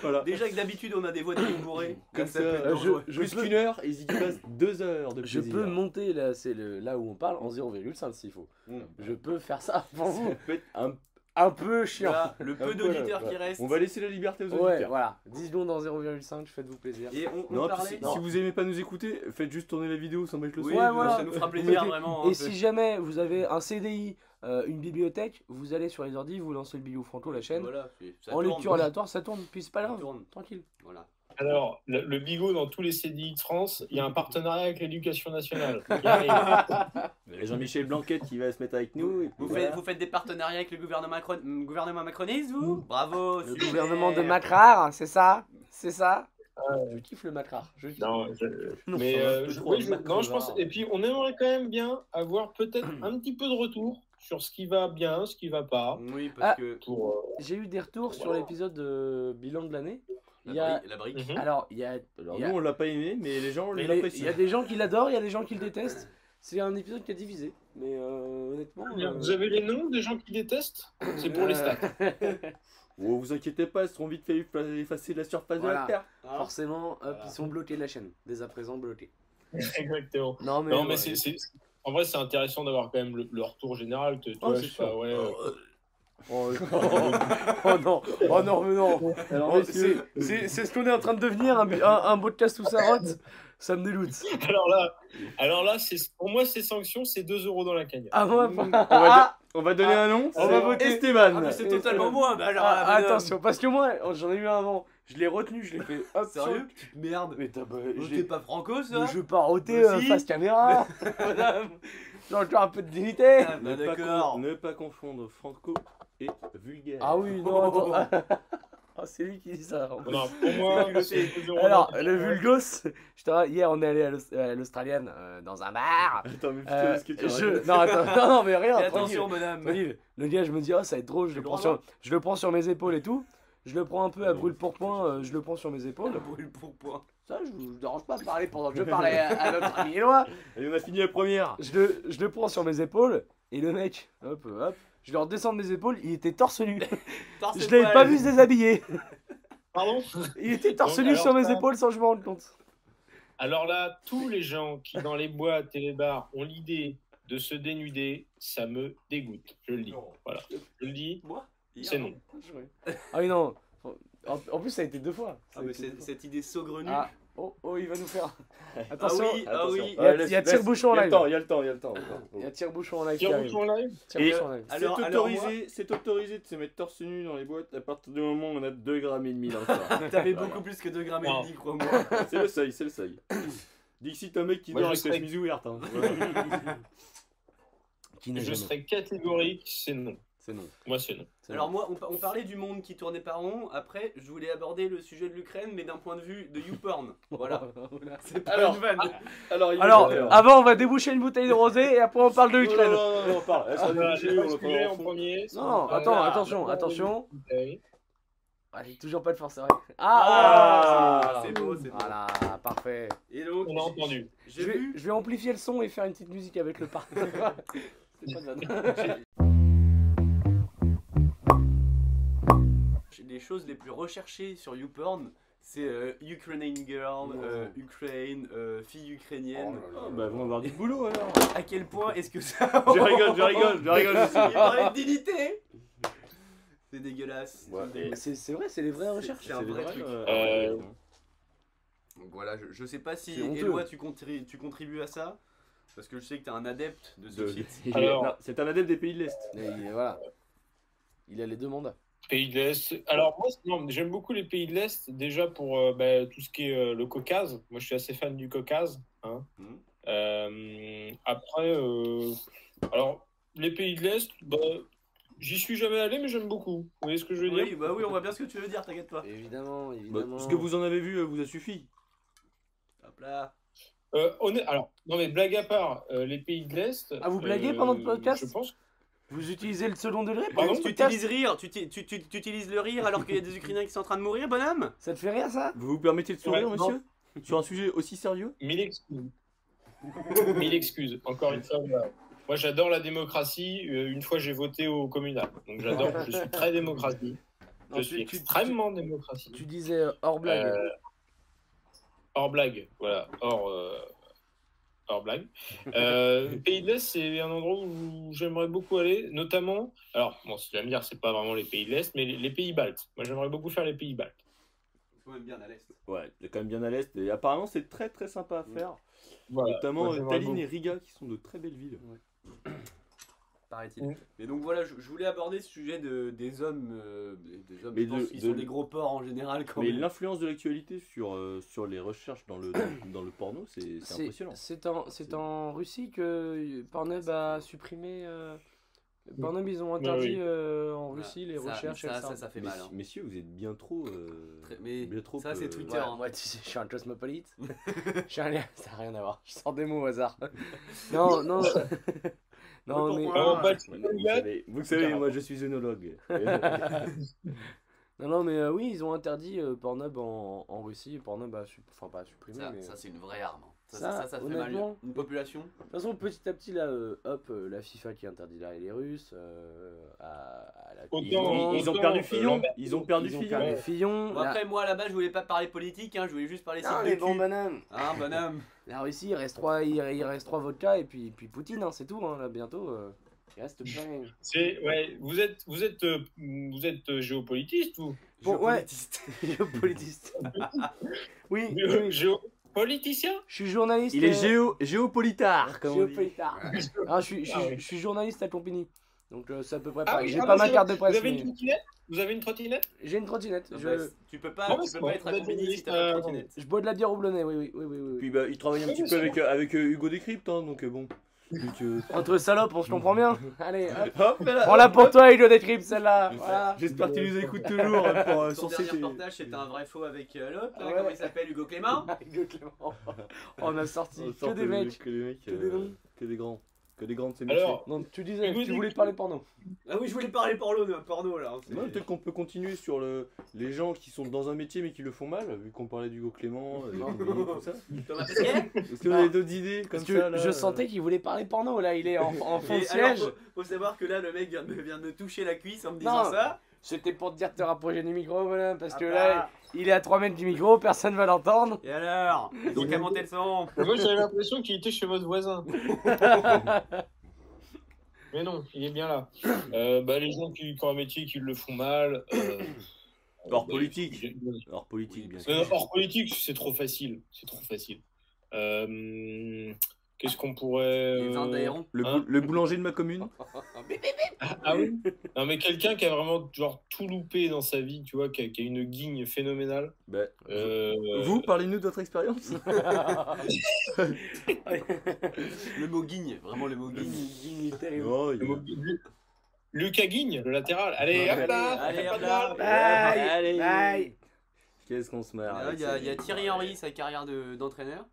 S4: Voilà.
S1: Déjà que d'habitude on a des voix de bourrées.
S4: Comme ça,
S1: peut être
S4: euh,
S1: dangereux.
S4: je, plus qu'une heure, ils y passent deux heures de
S2: Je
S4: plaisir.
S2: peux monter là, c'est le- là où on parle en 0,5 s'il faut.
S4: Mm.
S2: Je peux faire ça pour vous.
S4: Ça peut être un-
S2: Un peu chiant.
S1: Voilà, le peu
S4: Voilà,
S1: d'auditeurs qui
S4: voilà.
S1: restent.
S4: On va laisser la liberté aux
S2: Ouais,
S4: auditeurs.
S2: voilà. 10 secondes en 0,5, faites-vous plaisir.
S1: Et on, on
S4: Non, puis
S1: parlait.
S4: si,
S2: Non.
S4: si vous aimez pas nous écouter, faites juste tourner la vidéo sans mettre le
S1: Oui,
S4: son.
S2: Ouais, voilà.
S1: ça nous fera plaisir
S2: Et-
S1: vraiment. hein,
S2: Et si jamais vous avez un CDI, euh, une bibliothèque, vous allez sur les ordi, vous lancez le Bilou Franco, la chaîne.
S1: Voilà, c'est- ça
S2: en
S1: tourne.
S2: lecture aléatoire, ça tourne, puis c'est pas
S1: Ça
S2: grave.
S1: tourne.
S2: Tranquille.
S1: Voilà.
S3: Alors, le, le bigot dans tous les CDI de France, il y a un partenariat avec l'éducation nationale. Il arrive.
S4: Et Jean-Michel Blanquette qui va se mettre avec nous. et puis
S1: Vous,
S4: voilà.
S1: faites, vous faites des partenariats avec le gouvernement, Macron, hum, gouvernement macroniste, vous Bravo
S2: Le
S1: super.
S2: gouvernement de Macrar, c'est ça C'est ça Euh, Je kiffe le Macrar. Je kiffe.
S3: non, je-
S4: Non,
S3: mais
S4: ça va
S3: euh,
S4: un peu
S3: je-
S4: trop,
S3: oui, je-
S4: Macron
S3: non, je
S4: va.
S3: pense. Et puis, on aimerait quand même bien avoir peut-être un petit peu de retour sur ce qui va bien, ce qui va pas.
S1: Oui, parce
S2: Ah.
S1: que
S3: Pour, euh,
S2: J'ai eu des retours sur
S3: Voilà.
S2: l'épisode de bilan de l'année.
S1: la,
S2: Il y a...
S1: bri- la brique.
S3: mhm.
S2: Alors, il y a...
S4: Alors
S2: il y a-
S4: nous, on l'a pas aimé, mais les gens
S2: il y a-
S4: l'apprécient.
S2: il y a des gens qui l'adorent, il y a des gens qui le détestent. C'est un épisode qui a divisé. Mais euh, honnêtement... euh,
S3: Ah, Vous avez les noms des gens qui détestent C'est pour les stats.
S4: Oh, vous inquiétez pas, ils seront vite fait effacer de la surface
S2: Voilà.
S4: de la Terre.
S1: Hein
S2: Forcément, hop,
S1: Voilà.
S2: ils sont bloqués de la chaîne. Dès à présent, bloqués.
S3: Exactement.
S2: Non, mais,
S3: non, mais
S2: ouais.
S3: c'est, c'est- En vrai, c'est intéressant d'avoir quand même le, le retour général. Que, toi,
S2: c'est
S3: je sais pas,
S2: sûr.
S3: ouais, euh,
S2: Oh, oh non, oh non, mais non.
S4: Alors,
S2: Oh, c'est
S4: messieurs,
S2: c'est- c'est ce qu'on est en train de devenir, un, un, un podcast où ça rote. Ça me déloute.
S3: alors là, alors là c'est, pour moi, ces sanctions, c'est 2 euros dans la cagnotte.
S2: Ah, moi,
S4: on
S2: pas.
S4: va,
S2: Ah,
S4: on va donner un nom.
S2: on
S4: c'est
S2: va voter.
S4: Esteban.
S1: Ah, mais c'est totalement moi bah alors,
S2: ah,
S1: ah, madame.
S2: attention, parce que moi, oh, j'en ai eu un avant. Je l'ai retenu, je l'ai fait. hop,
S1: Sérieux
S2: sur-
S1: Petite Merde
S2: Mais euh, t'as pas.
S1: Vous
S2: je l'ai-
S1: t'es pas franco
S2: mais
S1: ça
S2: Je vais pas roter euh,
S1: Aussi
S2: face caméra. madame. J'ai encore un peu de dignité.
S1: Ah, bah,
S4: Ne pas, con-
S1: D'accord
S4: ne pas confondre Franco et Vulgaire.
S2: Ah oui, non, attends. Ah, c'est lui qui dit ça. en plus.
S3: Non, pour moi, c'est 2 euros.
S2: Alors,
S3: dans la
S2: le
S3: cagnotte.
S2: vulgos, je te- hier on est allé à l'Aus- à l'Australienne euh, dans un bar.
S4: Attends, mais putain,
S2: Euh,
S4: est-ce que tu
S2: je...
S4: racontes
S2: Non, attends, non, non, mais rien.
S1: Fais
S2: tranquille.
S1: attention madame
S2: Tranquille. Le gars, je me dis, oh, ça va être drôle, je le,
S1: le
S2: prends
S1: droit,
S2: sur... je le prends sur mes épaules et tout. Je le prends un peu à
S4: Oui,
S2: brûle
S4: Ah c'est
S2: pour point,
S4: clair.
S2: euh, je le prends sur mes
S1: On
S2: épaules.
S1: brûle pour point
S2: Ça, je vous je vous dérange pas de parler pendant que je parlais à, à notre ami Eloi.
S4: Allez, on a fini la première.
S2: Je le, je le prends sur mes épaules et le mec, hop, hop, je leur descends de mes épaules, il était torse nu.
S1: Torse
S2: Je l'avais pas vu se déshabiller.
S3: Pardon
S2: Il était torse
S3: Donc,
S2: nu
S3: alors
S2: sur mes
S3: ça-
S2: épaules sans que je me rende compte.
S3: Alors là, tous les gens qui, dans les boîtes et les bars, ont l'idée de se dénuder, ça me dégoûte. Je le dis. Voilà. Je le dis,
S1: Moi Hier.
S3: c'est non.
S2: Ah oui, non. En, en plus, ça a été deux fois. Ça
S1: Ah
S2: a
S1: mais
S2: été deux
S1: c'est-
S2: fois.
S1: cette idée saugrenue
S2: Ah, oh, oh, il va nous faire. Attention,
S1: Ah oui, ah
S4: Attention.
S1: oui
S2: Il y a-
S4: Ouais,
S2: il y a
S4: laisse-
S2: tire-bouchon en
S4: laisse-
S2: live.
S4: Il y a le temps, il y a le temps, il y a le temps.
S2: il y a tire-bouchon en live. qui
S3: Tiens,
S2: arrive.
S3: on live
S2: Tire-bouchon en live.
S4: C'est
S1: Alors, alors moi,
S4: autorisé, c'est autorisé de se mettre torse nu dans les boîtes à partir du moment où on a 2 grammes et demi dans le corps.
S1: t'avais
S4: Voilà.
S1: beaucoup plus que 2 grammes
S3: Non.
S1: et demi, crois-moi.
S4: c'est le seuil, c'est le seuil. Dixit, un mec qui
S3: Moi,
S4: dort
S3: je
S4: avec la
S3: sais.
S4: chemise ouverte. hein.
S2: Qui
S3: Je serais catégorique, c'est non.
S2: C'est non.
S3: Moi, c'est non.
S2: C'est
S1: Alors
S2: non.
S1: moi, on, pa- on parlait du monde qui tournait par rond. Après, je voulais aborder le sujet de l'Ukraine, mais d'un point de vue de YouPorn. Voilà. C'est pas
S4: Alors,
S1: une vanne.
S4: Alors, il-
S2: Alors,
S4: euh,
S2: avant, on va déboucher une bouteille de rosé et après, on
S1: Oh
S2: parle de
S4: non,
S2: l'Ukraine.
S4: non, non, non, on parle.
S3: Ah, voilà, j'ai
S4: on
S3: pas
S4: le prend
S3: sujet
S4: en
S3: en
S4: fond.
S3: premier.
S2: Non,
S1: Ah
S2: attends, attention, attention.
S3: Ouais.
S2: Ah, j'ai toujours pas de force, c'est vrai.
S1: Ah,
S2: Ah,
S1: c'est beau, c'est beau.
S2: Voilà, parfait.
S1: Et donc,
S3: On a entendu.
S2: Je
S1: j'ai
S2: vais,
S1: vu.
S2: je vais amplifier le son et faire une petite musique avec le parc. C'est pas de vanne.
S1: Les choses les plus recherchées sur YouPorn, c'est euh, Ukrainian girl, euh, Ukraine, euh, fille ukrainienne.
S4: Ah, bah, vont avoir du boulot alors.
S1: À quel point est-ce que ça.
S4: Je rigole, je rigole, je rigole. je
S1: Il
S4: sais.
S1: parlait de dignité C'est dégueulasse.
S4: Ouais.
S1: C'est dégueulasse.
S2: C'est c'est vrai, c'est les vraies
S1: C'est-
S2: recherches. hein.
S1: c'est un
S4: C'est
S1: vrai
S4: vrai,
S1: truc.
S4: euh,
S1: Donc voilà, je, je sais pas si
S2: C'est honteux.
S1: Eloi tu, contri- tu contribues à ça, parce que je sais que t'es un adepte de ce
S4: de-
S1: site.
S4: il est-
S3: Alors-
S4: non, C'est un adepte des pays de l'Est.
S2: Et il- voilà. Il a les deux mandats.
S3: Pays de l'Est. Alors, moi, c'est- non, j'aime beaucoup les pays de l'Est, déjà pour euh, bah, tout ce qui est euh, le Caucase. Moi, je suis assez fan du Caucase. hein.
S1: Mhm.
S3: Euh, après, euh, alors, les pays de l'Est, bah, j'y suis jamais allé, mais j'aime beaucoup. Vous voyez ce que je veux
S1: Oui,
S3: dire
S1: bah oui, on voit bien ce que tu veux dire, t'inquiète pas.
S2: Évidemment,
S4: Bah,
S2: évidemment.
S4: ce que vous en avez vu euh, vous a suffi.
S1: Hop là.
S3: Euh, honnêt- Alors, non, mais blague à part, euh, les pays de l'Est. euh,
S2: Ah, vous blaguez pendant le podcast
S3: Je pense.
S2: Vous utilisez le second degré pour
S3: Pardon
S2: le
S1: tu
S2: podcast
S1: utilises rire, tu, ti- tu- tu- tu utilises le rire alors qu'il y a des Ukrainiens qui sont en train de mourir, bonhomme
S2: Ça te fait rire ça
S4: Vous vous permettez de sourire,
S3: Ouais, non.
S4: monsieur Sur un sujet aussi sérieux
S3: Mille excuses. Mille excuses. Encore une fois, voilà. moi j'adore la démocratie. Euh, Une fois j'ai voté au communal. Donc j'adore, je suis très démocratie.
S2: Non,
S3: je
S2: tu-
S3: suis
S2: tu-
S3: extrêmement démocratie.
S2: Tu disais euh, hors blague.
S3: Euh, hors blague, voilà. Hors, euh, hors blague. Euh, Pays de l'Est, c'est un endroit où j'aimerais beaucoup aller, notamment. Alors, bon, si tu vas me dire, c'est pas vraiment les pays de l'Est, mais les, les pays baltes. Moi j'aimerais beaucoup faire les pays baltes.
S1: Quand même bien à l'est.
S4: Ouais, c'est quand même bien à l'Est. Et apparemment, c'est très très sympa à faire.
S3: Voilà.
S4: Notamment
S3: Ouais,
S4: euh,
S3: c'est
S4: Tallinn
S3: vraiment-
S4: et Riga qui sont de très belles villes.
S1: Paraît-il.
S3: Mm.
S1: Mais donc voilà, je, je voulais aborder ce sujet de, des hommes. euh, des hommes,
S4: Mais
S1: je pense
S4: de-
S1: qu'ils
S4: de-
S1: sont des gros porcs en général quand
S4: Mais
S1: même.
S4: l'influence de l'actualité sur, euh, sur les recherches dans le, dans, dans le porno, c'est c'est
S2: C'est-
S4: impressionnant.
S2: C'est en, c'est en Russie que Pornhub a supprimé. euh, Pornhub, ils ont interdit
S3: oui.
S2: euh, en
S1: Voilà.
S2: Russie les
S1: Ah, Ça-
S2: recherches.
S1: Ça,
S2: etc.
S1: ça, ça fait
S4: Mais-
S1: mal. hein.
S4: Messieurs, vous êtes bien trop. euh,
S1: Très- mais
S4: bien trop,
S1: ça, c'est
S4: euh,
S1: Twitter.
S2: Ouais,
S1: hein.
S2: moi, tu sais, je suis un cosmopolite. je suis un lien- Ça n'a rien à voir. Je sors des mots au hasard. Non, non. non, mais,
S1: pourquoi
S3: Vraiment pas de-
S4: Ouais, mais Vous savez, vous savez, moi je suis œnologue.
S2: non, non, mais euh, oui, ils ont interdit euh, Pornhub en, en Russie. Pornhub a sup- enfin, pas supprimé.
S1: Ça,
S2: mais...
S1: ça, c'est une vraie arme. hein. Ça,
S2: Ça,
S1: ça, ça, ça fait mal.
S2: honnêtement-
S1: Une population
S2: De toute façon, petit à petit, là, euh, hop, euh, la FIFA qui interdit là les Russes, euh, à, à la
S3: Autant-
S4: Ils ont, ils ont
S3: autant,
S4: perdu
S3: euh,
S4: Fillon.
S3: Lambert-
S4: Ils ont perdu
S2: Ils ont
S4: Fillon.
S2: perdu
S3: Ouais.
S2: Fillon.
S1: Bon,
S2: la-
S1: Après, moi là-bas, je voulais pas parler politique, hein, je voulais juste parler
S2: Ah,
S1: sites
S2: les
S1: de
S2: bons
S1: cul.
S2: bananes.
S1: Hein, bonhomme
S2: La Russie, il reste trois, il, il reste trois vodkas et puis, puis Poutine, hein, c'est tout. Hein, là, bientôt, euh, il reste plein.
S3: C'est ouais, vous êtes vous êtes euh, vous êtes euh, géopolitiste ou
S2: Bon, ouais.
S1: Géopolitiste.
S2: Géopolitiste. oui, oui,
S3: Géo-
S2: oui, je
S3: géopoliticien
S2: suis journaliste.
S4: Il est
S2: euh,
S4: géo, géopolitard, comme on dit.
S2: géopolitard. Ah, je, suis, je, suis-
S3: Ah ouais.
S2: je suis journaliste à Compagnie. Donc, euh, c'est à peu près
S3: Ah
S2: pareil.
S3: oui,
S2: J'ai
S3: ah
S2: pas
S3: bah,
S2: ma
S3: c'est
S2: carte de
S3: Vous
S2: presse.
S3: avez une
S2: mais
S3: trottinette Vous avez une trottinette
S2: J'ai une trottinette.
S4: Ah
S1: Non, bah,
S2: Je,
S1: Tu peux pas,
S3: Non, mais
S1: tu
S3: c'est
S1: peux
S3: bon,
S1: pas être
S3: vous êtes
S1: accompagné si t'as pas de
S3: euh,
S1: trottinette.
S2: je bois de la bière au blonnet, oui, oui, oui. oui, oui.
S4: Puis bah, il travaille un
S3: Oui,
S4: petit peu
S3: monsieur.
S4: avec, euh, avec euh, Hugo Décrypte, hein, donc euh, bon. Donc, euh,
S2: Entre salopes, on se comprend bien. Allez, hop.
S4: hop là
S2: Prends-la pour toi, Elio Décrypte, celle-là. Voilà.
S4: J'espère qu'il nous écoute toujours euh, pour, euh,
S1: Son
S4: sur
S1: dernier
S4: ces-
S1: reportage, c'était un vrai faux avec euh, l'autre, là,
S2: Ouais.
S1: comment il s'appelle, Hugo Clément
S2: Hugo Clément. On a sorti
S4: On
S2: que
S4: sort
S2: des mecs.
S4: Que des mecs.
S2: Que des
S4: euh,
S2: grands.
S4: Que des grands. Que des grandes, c'est
S3: Alors,
S2: Non, tu disais,
S3: Hugo
S2: tu voulais
S3: Décrypte.
S2: parler porno.
S1: Ah oui, je voulais parler porno, non, porno là. hein, c'est-
S4: Ouais, peut-être qu'on peut continuer sur le, les gens qui sont dans un métier mais qui le font mal, vu qu'on parlait d'Hugo Clément, euh,
S1: Non.
S4: d'Hugo, tout ça.
S1: Thomas Pesquet
S4: Est-ce que vous avez d'autres idées comme
S2: Parce que
S4: ça là,
S2: je
S4: euh,
S2: sentais qu'il voulait parler porno, là, il est en, en fond de
S1: Et alors,
S2: siège.
S1: faut, faut savoir que là, le mec vient de, vient de me toucher la cuisse en
S2: Non.
S1: me disant ça.
S2: C'était pour te dire de te rapprocher du micro, voilà, parce que
S1: Ah
S2: là,
S1: bah.
S2: il est à 3 mètres du micro, personne va l'entendre.
S1: Et alors Ils ont qu'à monter le son.
S3: Moi j'avais l'impression qu'il était chez votre voisin. Mais non, il est bien là. Euh, bah, les gens qui, qui ont un métier qui le font mal. euh,
S4: Hors
S3: euh,
S4: politique.
S3: bah,
S4: Alors politique, bien sûr.
S3: Euh, hors politique, c'est trop facile. C'est trop facile. Euh, Qu'est-ce qu'on pourrait.
S1: Les
S3: euh,
S1: Indérons.
S4: Le,
S3: Hein
S4: bou- le boulanger de ma commune.
S3: Ah oui Non, mais quelqu'un qui a vraiment genre, tout loupé dans sa vie, tu vois, qui a, qui a une guigne phénoménale.
S4: Bah,
S3: Euh,
S4: Vous, parlez-nous de votre expérience
S1: Le mot guigne, vraiment le mot guigne.
S2: Il est terrible.
S4: Oh, Non, il y a-
S3: Le mot- Lucas Guigne, le latéral. Allez,
S4: Ouais.
S3: hop là,
S1: Allez,
S3: y a
S1: hop
S3: pas de
S1: là.
S3: mal.
S2: Bye,
S4: Allez.
S2: bye.
S4: Qu'est-ce qu'on se marre
S1: Là, Ah,
S4: avec
S1: Il y, a-
S4: ça.
S1: il y a Thierry Henry, sa carrière de- d'entraîneur.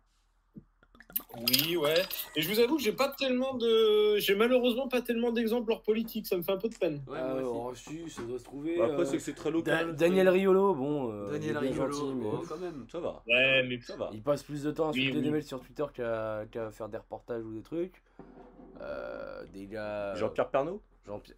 S3: Oui, ouais. Et je vous avoue que j'ai pas tellement de. J'ai malheureusement pas tellement d'exemples hors politique, ça me fait un peu de peine.
S1: ouais,
S2: Euh,
S1: moi
S2: oh,
S1: aussi.
S2: si, ça doit se trouver.
S4: Bah, Après,
S2: euh,
S4: c'est que c'est très
S2: Da-
S4: local. c'est-
S2: Daniel Riolo, bon. euh, il
S1: Daniel
S2: est bien
S1: Riolo,
S2: gentil, mais-
S1: oh, quand même.
S4: Ça va.
S3: Ouais, mais-
S4: Ça va.
S2: Il passe plus de temps à
S3: Oui,
S2: insulter
S3: oui.
S2: des mecs sur Twitter qu'à qu'à faire des reportages ou des trucs. Euh, des gars.
S4: Jean-Pierre Pernaud
S2: Jean-Pierre.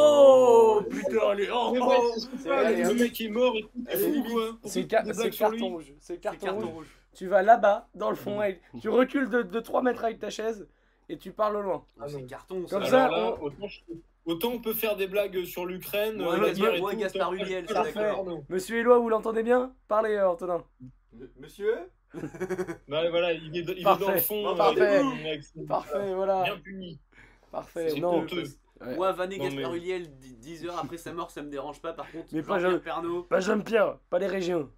S4: Oh,
S2: putain, les.
S3: Mais ouais, c'est
S2: c'est
S3: ça,
S2: vrai,
S3: le
S2: hein.
S3: mec est mort et tout.
S2: Elle
S3: Et
S2: est
S3: pourquoi
S2: C'est
S3: Pourquoi
S2: ca-
S3: des
S2: c'est
S3: blagues sur lui
S2: carton rouge. C'est
S1: C'est
S2: carton,
S1: carton
S2: rouge.
S1: rouge.
S2: Tu vas là-bas, dans le fond, et tu recules de, de 3 mètres avec ta chaise et tu parles au loin.
S3: Ah,
S1: C'est
S3: non.
S1: carton.
S2: Comme
S1: ça.
S2: ça,
S3: Alors là,
S2: on-
S3: autant, je- autant on peut faire des blagues sur l'Ukraine,
S1: Ou un
S3: euh, la guerre et
S1: Gaspard- ou un
S3: tout,
S1: Gaspard
S3: autant-
S1: Huliel,
S3: Ah,
S2: c'est
S3: d'accord.
S2: Monsieur Eloi, vous l'entendez bien Parlez, euh, Antonin.
S1: Monsieur
S3: Bah, voilà, il est, il est
S2: Parfait.
S3: dans le fond.
S2: Parfait.
S3: euh, avec son-
S2: Parfait, voilà.
S3: Bien puni.
S2: Parfait.
S3: C'est
S2: Non,
S3: honteux.
S2: Ouais.
S1: Moi, Vané
S3: Non, mais-
S1: Gaspard Huliel, 10 heures après sa mort, ça me dérange pas. Par contre,
S2: Mais pas
S1: Jean-Pierre
S2: jamais.
S1: Pernaut.
S2: pas Jean-Pierre, pas les régions.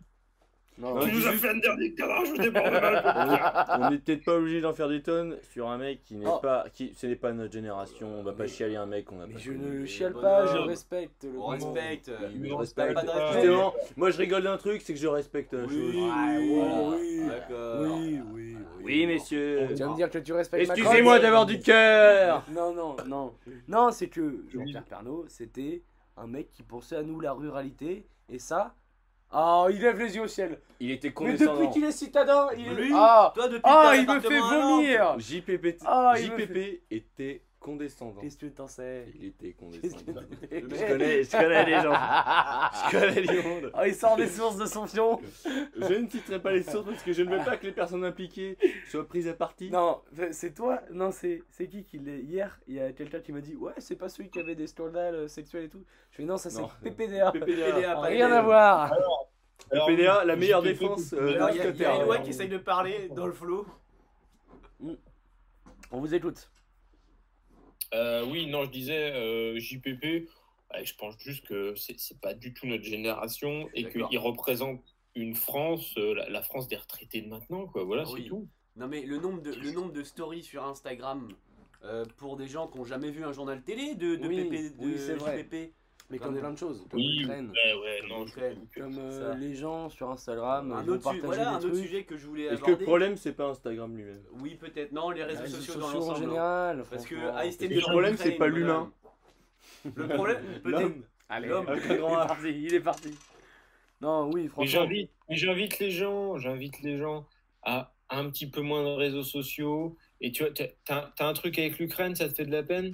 S4: Non,
S3: Tu nous as
S4: juste-
S3: fait un dernier cadavre, je t'ai pas mal.
S4: on n'est peut-être pas obligé d'en faire des tonnes sur un mec qui n'est
S2: Oh.
S4: pas. Qui, ce n'est pas notre génération. On va pas chialer un mec qu'on a
S2: Mais
S4: pas.
S2: je
S4: connu.
S2: ne le
S1: mais
S2: chiale
S1: bon
S2: pas,
S3: homme.
S2: je respecte le
S1: On
S2: moment.
S1: respecte.
S4: Oui,
S1: euh,
S4: mais
S3: on
S4: je
S3: respecte
S4: respecte.
S1: pas.
S4: Justement, moi je rigole d'un truc, c'est que je respecte la
S1: Oui,
S4: chose.
S1: oui,
S4: Voilà.
S2: oui,
S1: d'accord.
S2: Ah, oui.
S4: Oui, messieurs.
S2: Tu vas me dire que tu respectes Macron,
S4: Excusez-moi
S2: mais-
S4: d'avoir du cœur.
S2: Non, non, non. Non, c'est que Jean-Pierre Pernaud, c'était un mec qui pensait à nous, la ruralité, et ça. Ah, il lève les yeux au ciel.
S4: Il était
S2: Mais depuis
S4: condescendant.
S2: qu'il est citadin, il est.
S1: Lui
S2: ah,
S1: Toi, depuis
S2: ah
S1: que t'as
S2: il me fait
S1: l'appartement à Nantes,
S2: vomir
S4: JPP,
S2: Ah, il me
S4: JPP était condescendant.
S2: Qu'est-ce que t'en sais
S4: Il était
S2: Qu'est-ce que t'en
S4: condescendant. Je
S2: sais
S4: connais, je connais les gens. Je
S2: Ah,
S4: connais les monde.
S2: il sort des sources de son fion.
S4: Je ne citerai pas les sources parce que je ne veux pas que les personnes impliquées soient prises à partie.
S2: Non, euh, c'est toi Non, c'est c'est qui qui l'est Hier, il y a quelqu'un qui m'a dit Ouais, c'est pas celui qui avait des scandales euh, sexuels et tout. Je fais Non, ça c'est
S4: Non.
S2: PPDA.
S4: PPDA,
S1: PPDA, pas
S2: Ah, Rien
S1: Hélène.
S2: à voir
S3: Alors,
S4: PPDA, la
S3: je
S4: meilleure
S3: t'ai fait
S4: défense.
S3: tout.
S4: euh,
S1: Alors, Il y a- il y a
S4: mousquetaire.
S1: Eloi qui essaye de parler dans le flow.
S2: On vous écoute.
S3: Euh, oui, non, je disais euh, JPP. ouais, je pense juste que c'est c'est pas du tout notre génération et
S1: D'accord.
S3: qu'il représente une France, euh, la, la France des retraités de maintenant, quoi. Voilà,
S1: Ah
S3: c'est
S1: oui.
S3: tout.
S1: Non mais le nombre de, le nombre de stories sur Instagram euh, pour des gens qui n'ont jamais vu un journal télé de, de
S2: Oui,
S1: PP, de
S2: oui, c'est vrai.
S1: JPP.
S2: Mais
S1: comme plein
S2: de choses,
S3: comme Oui. l'Ukraine, Ouais, ouais, non, je-
S1: Comme
S2: comme
S1: euh, Ça.
S2: les gens sur Instagram,
S1: Un
S2: Ah, ils vont
S1: autre, su-
S2: partager
S1: voilà, un
S2: des
S1: autre
S2: trucs.
S1: sujet que je voulais
S4: Est-ce que le
S1: aborder.
S4: problème, c'est pas Instagram lui-même
S1: Oui peut-être, non, les réseaux, sociaux, dans
S2: en
S1: l'ensemble. hein.
S2: général.
S1: Parce que
S2: franchement.
S1: ASTM
S4: Le problème, c'est pas l'humain.
S1: Le problème, peut-être...
S4: L'homme.
S2: Allez,
S1: L'homme.
S2: il est parti, il est parti. Non, oui,
S3: Mais
S2: franchement.
S3: j'invite, mais j'invite les gens, j'invite les gens à un petit peu moins de réseaux sociaux. Et tu vois, t'as- t'as t'as un truc avec l'Ukraine, ça te fait de la peine?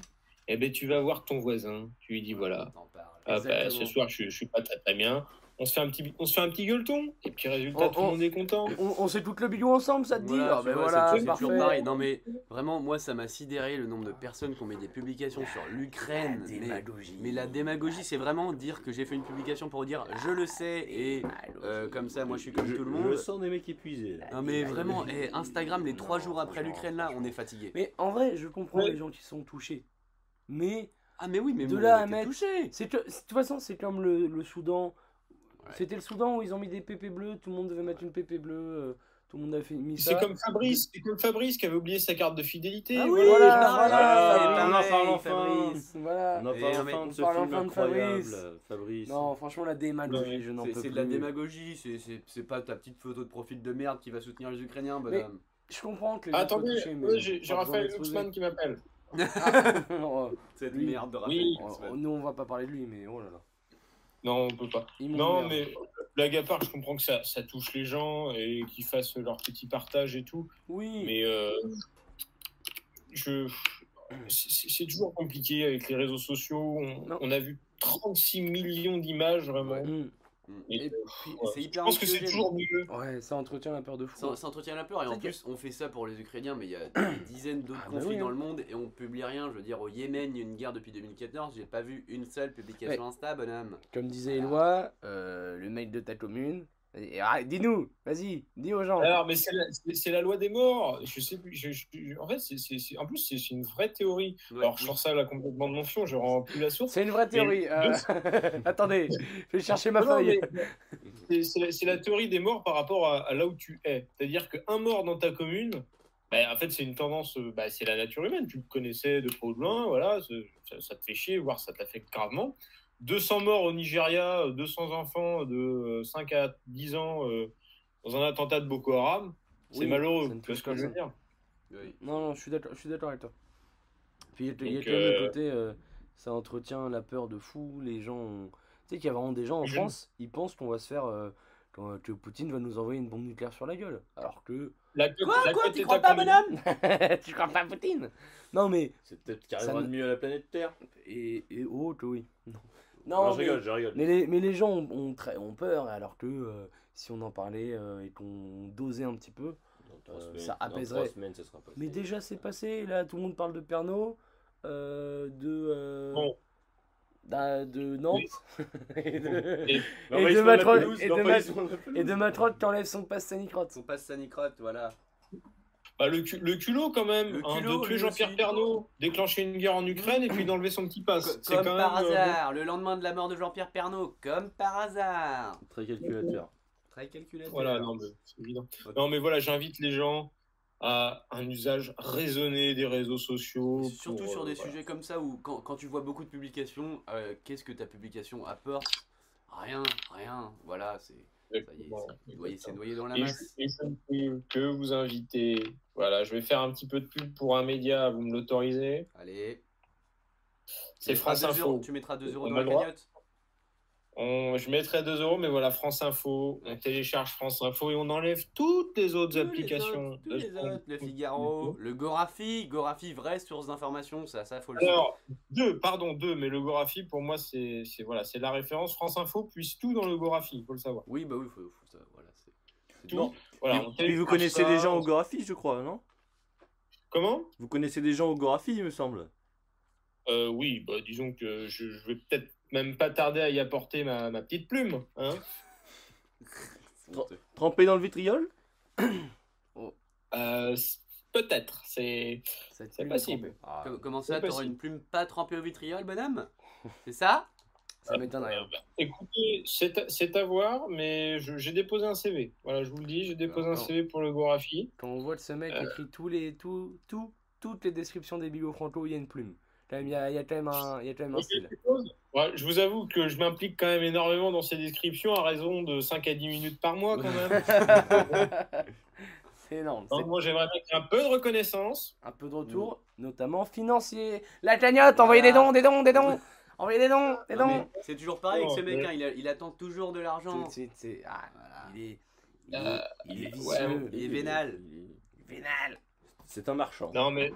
S3: Eh ben, tu vas voir ton voisin. Tu lui dis, voilà,
S1: T'en parles.
S3: ah bah,
S2: Exactement.
S3: ce soir, je, je suis pas très très bien. On se fait un petit, on se fait un petit gueuleton. Et puis, résultat,
S2: On-
S3: tout le
S2: on-
S3: monde est content.
S2: On, on s'écoute le bidou ensemble, ça te dit
S1: Voilà,
S2: Ah,
S1: tu
S2: ben
S1: vois,
S2: voilà,
S1: c'est toujours- c'est toujours
S2: parfait.
S1: pareil. Non mais vraiment, moi ça m'a sidéré le nombre de personnes qui ont mis des publications sur l'Ukraine.
S2: Ah,
S1: mais- Mais la démagogie, c'est vraiment dire que j'ai fait une publication pour dire je le sais et euh, comme ça, moi je suis comme tout le
S4: Je
S1: monde.
S4: sens des mecs épuisés. là.
S1: Non mais vraiment, eh, Instagram, les trois jours après l'Ukraine là, on est fatigué.
S2: Mais en vrai, je comprends
S3: Ouais.
S2: les gens qui sont touchés. Mais
S1: Ah mais oui, mais
S2: De
S1: moi,
S2: là à
S1: on était
S2: mettre-
S1: touchés.
S2: c'est que- de toute façon, c'est comme le, le Soudan.
S1: Ouais.
S2: C'était le Soudan où ils ont mis des pépés bleus, tout le monde devait mettre une pépé bleue, euh, tout le monde a fait mis ça.
S3: C'est comme Fabrice, c'est comme Fabrice qui avait oublié sa carte de fidélité.
S1: Ah oui,
S3: voilà.
S2: voilà,
S1: je parle,
S2: voilà,
S1: il est
S4: on en
S1: pareil,
S4: parle enfin.
S1: Fabrice.
S2: Voilà.
S4: On en
S1: Et
S4: parle
S1: on
S4: enfin de ce
S2: parle
S4: film
S2: enfin de Fabrice.
S4: incroyable, Fabrice.
S2: Non, franchement, la démagogie,
S3: Ouais.
S2: je n'en peux
S1: C'est
S2: plus.
S1: c'est de la démagogie, c'est- c'est c'est pas ta petite photo de profil de merde qui va soutenir les Ukrainiens, bonhomme.
S2: Je comprends que les gens soient
S3: Attendez,
S2: touchés, mais pas
S3: euh, j'ai j'ai
S2: besoin
S3: Raphaël
S2: d'exposer.
S3: Luxman qui m'appelle.
S2: Non,
S1: Cette
S2: Oui.
S1: merde de
S3: Oui.
S1: Raphaël
S2: euh,
S1: Glucksmann.
S2: nous, on va pas parler de lui, mais oh là là.
S3: Non, on peut pas.
S2: Ils m'ont
S3: Non,
S2: ouvert.
S3: mais blague à part, je comprends que ça, ça touche les gens et qu'ils fassent leur petit partage et tout.
S2: Oui,
S3: Mais euh, je, c'est c'est toujours compliqué avec les réseaux sociaux. On,
S2: Non.
S3: on a vu 36 millions d'images vraiment.
S2: Mm.
S1: Et
S3: Et
S1: puis, c'est hyper
S3: Je pense que c'est
S1: anxiogène.
S3: toujours mieux.
S2: Ouais, ça entretient la peur de fou.
S1: Ça, ça entretient la peur et en
S2: C'est-à-dire-
S1: plus on fait ça pour les Ukrainiens mais il y a des dizaines d'autres
S2: Ah bah
S1: conflits
S2: oui,
S1: dans
S2: hein.
S1: le monde et on publie rien. Je veux dire au Yémen il y a une guerre depuis 2014, j'ai pas vu une seule publication Insta bonhomme.
S2: Comme disait Eloi, euh, le mec de ta commune. et- et- ah, dis-nous, vas-y, dis aux gens.
S3: Alors, mais c'est la, c'est- c'est la loi des morts. Je sais plus. je- je- en fait, c'est, c'est- c'est- en plus, c'est, c'est une vraie théorie.
S1: Ouais,
S3: Alors,
S1: oui.
S3: je sors ça là complètement de mon fion. Je rends plus la source.
S2: C'est une vraie théorie. euh, Attendez, je vais chercher ma
S3: Non, non,
S2: feuille.
S3: mais c'est- C'est la, c'est la théorie des morts par rapport à, à là où tu es. C'est-à-dire qu'un mort dans ta commune, Bah, en fait, c'est une tendance, euh, bah, c'est la nature humaine. Tu le connaissais de près ou de loin, voilà, c'est- ça, ça te fait chier, voire ça t'affecte gravement. 200 morts au Nigeria, euh, 200 enfants de euh, 5 à 10 ans euh, dans un attentat de Boko Haram, c'est
S2: Oui,
S3: malheureux,
S2: ça ne
S3: tu vois ce
S2: touche
S3: que je veux
S2: personne.
S3: dire.
S1: Oui.
S2: Non, non, je suis d'accord, je suis d'accord avec toi. Puis il y a- il y a
S3: Donc,
S2: quand même le
S3: euh,
S2: côté, euh, ça entretient la peur de fou, les gens... ont- Tu sais qu'il y a vraiment des gens en
S3: Je-
S2: France, ils pensent qu'on va se faire... euh, qu'on- que Poutine va nous envoyer une bombe nucléaire sur la gueule. Alors que...
S3: La co- la côte est à combien
S2: bonhomme Tu crois pas à Poutine Non, mais...
S4: C'est peut-être
S2: Ça
S4: carrément
S2: ne-
S4: de mieux à la planète Terre.
S2: Et, et oh que oui. Non,
S4: Non, je
S2: mais,
S4: rigole, je rigole.
S2: mais les, mais les gens ont, ont très- ont peur, alors que euh, si on en parlait euh, et qu'on dosait un petit peu.
S4: Dans trois
S2: Euh,
S4: semaines-
S2: ça
S4: dans trois
S2: apaiserait.
S4: semaines, ça sera passé.
S2: Mais déjà, c'est passé. Là, tout le monde parle de Pernod, euh, de. euh,
S3: Bon.
S2: d'A- euh, de Nantes. et de,
S4: Non,
S2: et
S4: mais
S2: de
S4: ils sont la
S2: Matro-
S4: pelouse,
S2: et
S4: non,
S2: de
S4: pas
S2: Mat-
S4: ils sont la pelouse.
S2: et de Matrotte qui enlève son passe sanicote.
S1: On passe Sanicrotte, voilà.
S3: Bah, le, cu- le culot, quand même,
S1: Le
S3: hein,
S1: culot,
S3: de tuer
S1: lui
S3: Jean-Pierre
S1: aussi.
S3: Pernot, déclencher une guerre en Ukraine et puis d'enlever son petit passe.
S1: Co-
S3: C'est
S1: Comme
S3: quand
S1: par
S3: même, euh,
S1: hasard, le lendemain de la mort de Jean-Pierre Pernaut, comme par hasard.
S4: Très calculateur.
S1: Très calculateur.
S3: Voilà, non, mais c'est évident. Non, mais voilà, j'invite les gens à un usage raisonné des réseaux sociaux.
S1: Surtout
S3: pour,
S1: sur
S3: euh,
S1: des
S3: voilà.
S1: sujets comme ça où quand, quand tu vois beaucoup de publications, euh, qu'est-ce que ta publication apporte Rien, rien. Voilà, c'est ça y est,
S3: Exactement.
S1: c'est noyé, c'est noyé dans la
S3: Et
S1: masse.
S3: je- et je ne peux que vous inviter. Voilà, je vais faire un petit peu de pub pour un média, vous me l'autorisez.
S1: Allez. Tu
S3: C'est
S1: mettras
S3: France
S1: deux euros-
S3: Info.
S1: Tu mettras 2 euros
S3: On
S1: dans
S3: a
S1: la
S3: le droit
S1: cagnotte.
S3: On- je mettrai 2 euros, mais voilà, France Info. On télécharge France Info et on enlève toutes les autres
S1: Tous les
S3: applications.
S1: autres, tous les autres, le Figaro, le Gorafi, Gorafi, vraie source d'information, ça, ça faut le savoir.
S3: Alors, deux, pardon, deux, mais le Gorafi, pour moi, c'est c'est- voilà, c'est la référence. France Info puise tout dans le Gorafi, il faut le savoir.
S1: Oui, bah oui, faut, faut ça, voilà. c'est- c'est
S3: Tout.
S1: bon.
S3: Voilà, on
S4: Mais
S3: télécharge
S4: vous connaissez
S3: ça,
S4: des gens
S3: on-
S4: au Gorafi, je crois, non
S3: Comment
S4: Vous connaissez des gens au Gorafi, il me semble.
S3: Euh, oui, bah, disons que je, je vais peut-être même pas tarder à y apporter ma, ma petite plume. hein.
S4: Trempé dans le vitriol
S3: Euh, c- peut-être. C'est
S2: C'est
S3: c'est possible.
S4: Ah,
S1: Comme- Comment ça,
S3: C'est
S1: t'auras
S3: possible.
S1: une plume pas trempée au vitriol, bonhomme C'est ça
S2: Ça m'étonnerait.
S3: Euh, bah, écoutez, c'est à, c'est à voir, mais je- j'ai déposé un CV. Voilà, je vous le dis, j'ai déposé un
S1: attends.
S3: CV pour le Gorafi.
S2: Quand on voit que ce mec
S1: Euh.
S2: écrit tous les, tout, tout, toutes les descriptions des bigots franco, il y a une plume. Quand même, il y a, il y a quand même un, il y a quand même un
S3: Et
S2: style.
S3: quelque chose, ouais, je vous avoue que je m'implique quand même énormément dans ces descriptions, à raison de 5 à 10 minutes par mois quand même.
S2: C'est énorme.
S3: Hein, Mmh.
S2: c'est
S3: moi, j'aimerais bien qu'il y ait un peu de reconnaissance.
S2: un peu de retour, notamment financier. La cagnotte, envoyez des dons, des dons, des dons Envoyez des dons, des
S1: Non,
S2: dons
S1: mais C'est toujours pareil avec ce
S3: Non,
S1: mec,
S3: mais-
S1: hein, il, a- il attend toujours de
S2: Tout
S1: l'argent.
S2: de suite, c'est. Ah,
S1: Voilà.
S2: il est. Il est,
S3: Euh,
S2: il est
S3: ouais,
S2: vicieux,
S1: Il est vénal.
S4: il est-
S2: il est vénal.
S4: C'est un marchand.
S3: Non, mais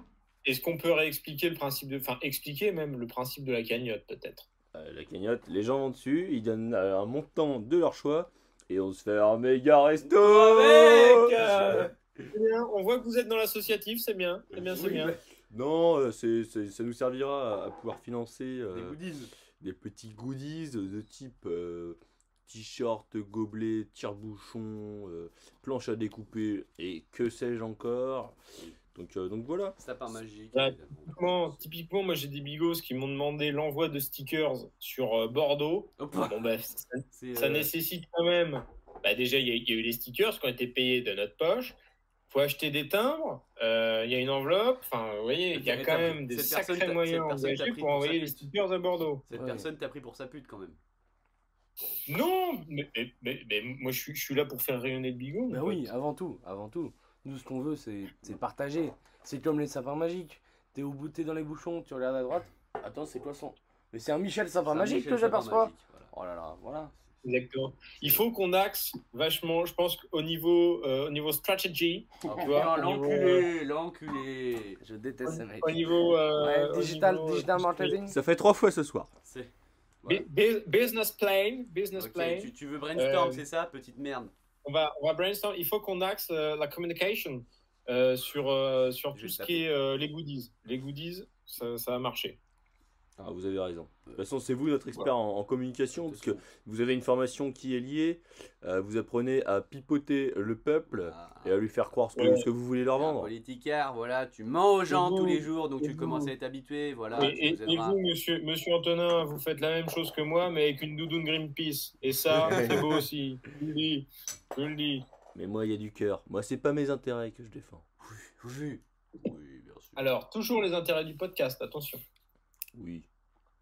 S3: est-ce qu'on peut réexpliquer le principe de. Enfin, expliquer même le principe de la cagnotte, peut-être
S4: Euh, la cagnotte, les gens vont dessus, ils donnent euh, un montant de leur choix et on se fait un méga resto
S3: Mec, euh, c'est bien, On voit que vous êtes dans l'associatif, c'est bien, c'est bien, c'est
S4: Oui,
S3: bien.
S4: bah, Non, euh, c'est- c'est- ça nous servira à, à pouvoir financer euh,
S1: Des goodies.
S4: des petits goodies de type euh, t-shirt, gobelet, tire-bouchon, euh, planche à découper et que sais-je encore. Donc, euh, donc voilà.
S1: Ça part magique.
S3: Ouais.
S1: évidemment.
S3: Typiquement, typiquement, moi j'ai des bigos qui m'ont demandé l'envoi de stickers sur euh, Bordeaux.
S1: Hop.
S3: Bon, bah, ça,
S1: Oh, C'est,
S3: ça
S1: euh,
S3: nécessite quand même. Bah, déjà, il y, a- il y a eu les stickers qui ont été payés de notre poche. faut acheter des timbres. euh, Il y a une enveloppe. Enfin, vous voyez, il y a
S1: Cette
S3: quand
S1: personne-
S3: même des
S1: cette
S3: sacrés
S1: personne t'a-
S3: moyens
S1: cette personne t'a
S3: engagés
S1: pris
S3: pour
S1: pour
S3: envoyer
S1: sa
S3: les
S1: pute.
S3: stickers à Bordeaux.
S1: Cette
S2: Ouais.
S1: personne t'a pris pour sa pute quand même.
S3: Non, mais, mais- mais- mais moi je suis, je suis là pour faire rayonner le bigot.
S2: Bah
S3: mon
S2: oui,
S3: pote.
S2: avant tout, avant tout. Nous, ce qu'on veut, c'est c'est partager. C'est comme les sapins magiques. T'es au bout, t'es dans les bouchons, tu regardes à droite. Attends, c'est quoi son Mais c'est un Michel sapin
S1: C'est un
S2: magique
S1: Michel
S2: que j'aperçois
S1: Sapin magique, voilà.
S2: Oh là là, voilà.
S3: Exactement. Il faut qu'on axe vachement, je pense, au niveau, euh, au niveau strategy,
S1: Oh,
S3: Tu vois,
S1: putain,
S3: au niveau,
S1: L'enculé, l'enculé.
S2: Je déteste ce mec.
S3: au niveau, euh,
S2: Ouais,
S3: au
S2: digital,
S3: niveau, euh,
S2: digital marketing.
S4: Ça fait trois fois ce soir.
S1: C'est-
S3: bu- bu- Business plan, business
S1: Ok,
S3: plan.
S1: tu, tu veux brainstorm,
S3: Euh,
S1: c'est ça, petite merde.
S3: On va, on va brainstorm. Il faut qu'on axe euh, la communication euh, sur, euh, sur
S1: Je
S3: tout
S1: vais
S3: ce
S1: taper.
S3: qui est euh, les goodies. Les goodies, ça, ça a marché.
S4: Ah, vous avez raison. De toute façon, c'est vous notre expert en, en communication, parce que vous avez une formation qui est liée. euh, vous apprenez à pipoter le peuple
S1: Ah,
S4: euh, et à lui faire croire ce que,
S3: Ouais.
S4: ce que vous voulez leur
S1: un
S4: vendre.
S1: Politicard, voilà, tu mens aux gens
S3: Et
S1: tous
S3: vous-
S1: les jours, donc
S3: et
S1: tu
S3: vous-
S1: commences à être habitué, voilà.
S3: et,
S1: tu nous
S3: et- et
S1: aideras.
S3: vous, monsieur, monsieur Antonin, vous faites la même chose que moi, mais avec une doudoune Greenpeace. Et ça, c'est beau aussi. Je vous le dis. Je vous le dis.
S4: Mais moi, il y a du cœur. Moi, c'est pas mes intérêts que je défends.
S1: Oui, oui, bien sûr.
S3: Alors, toujours les intérêts du podcast, attention.
S4: Oui.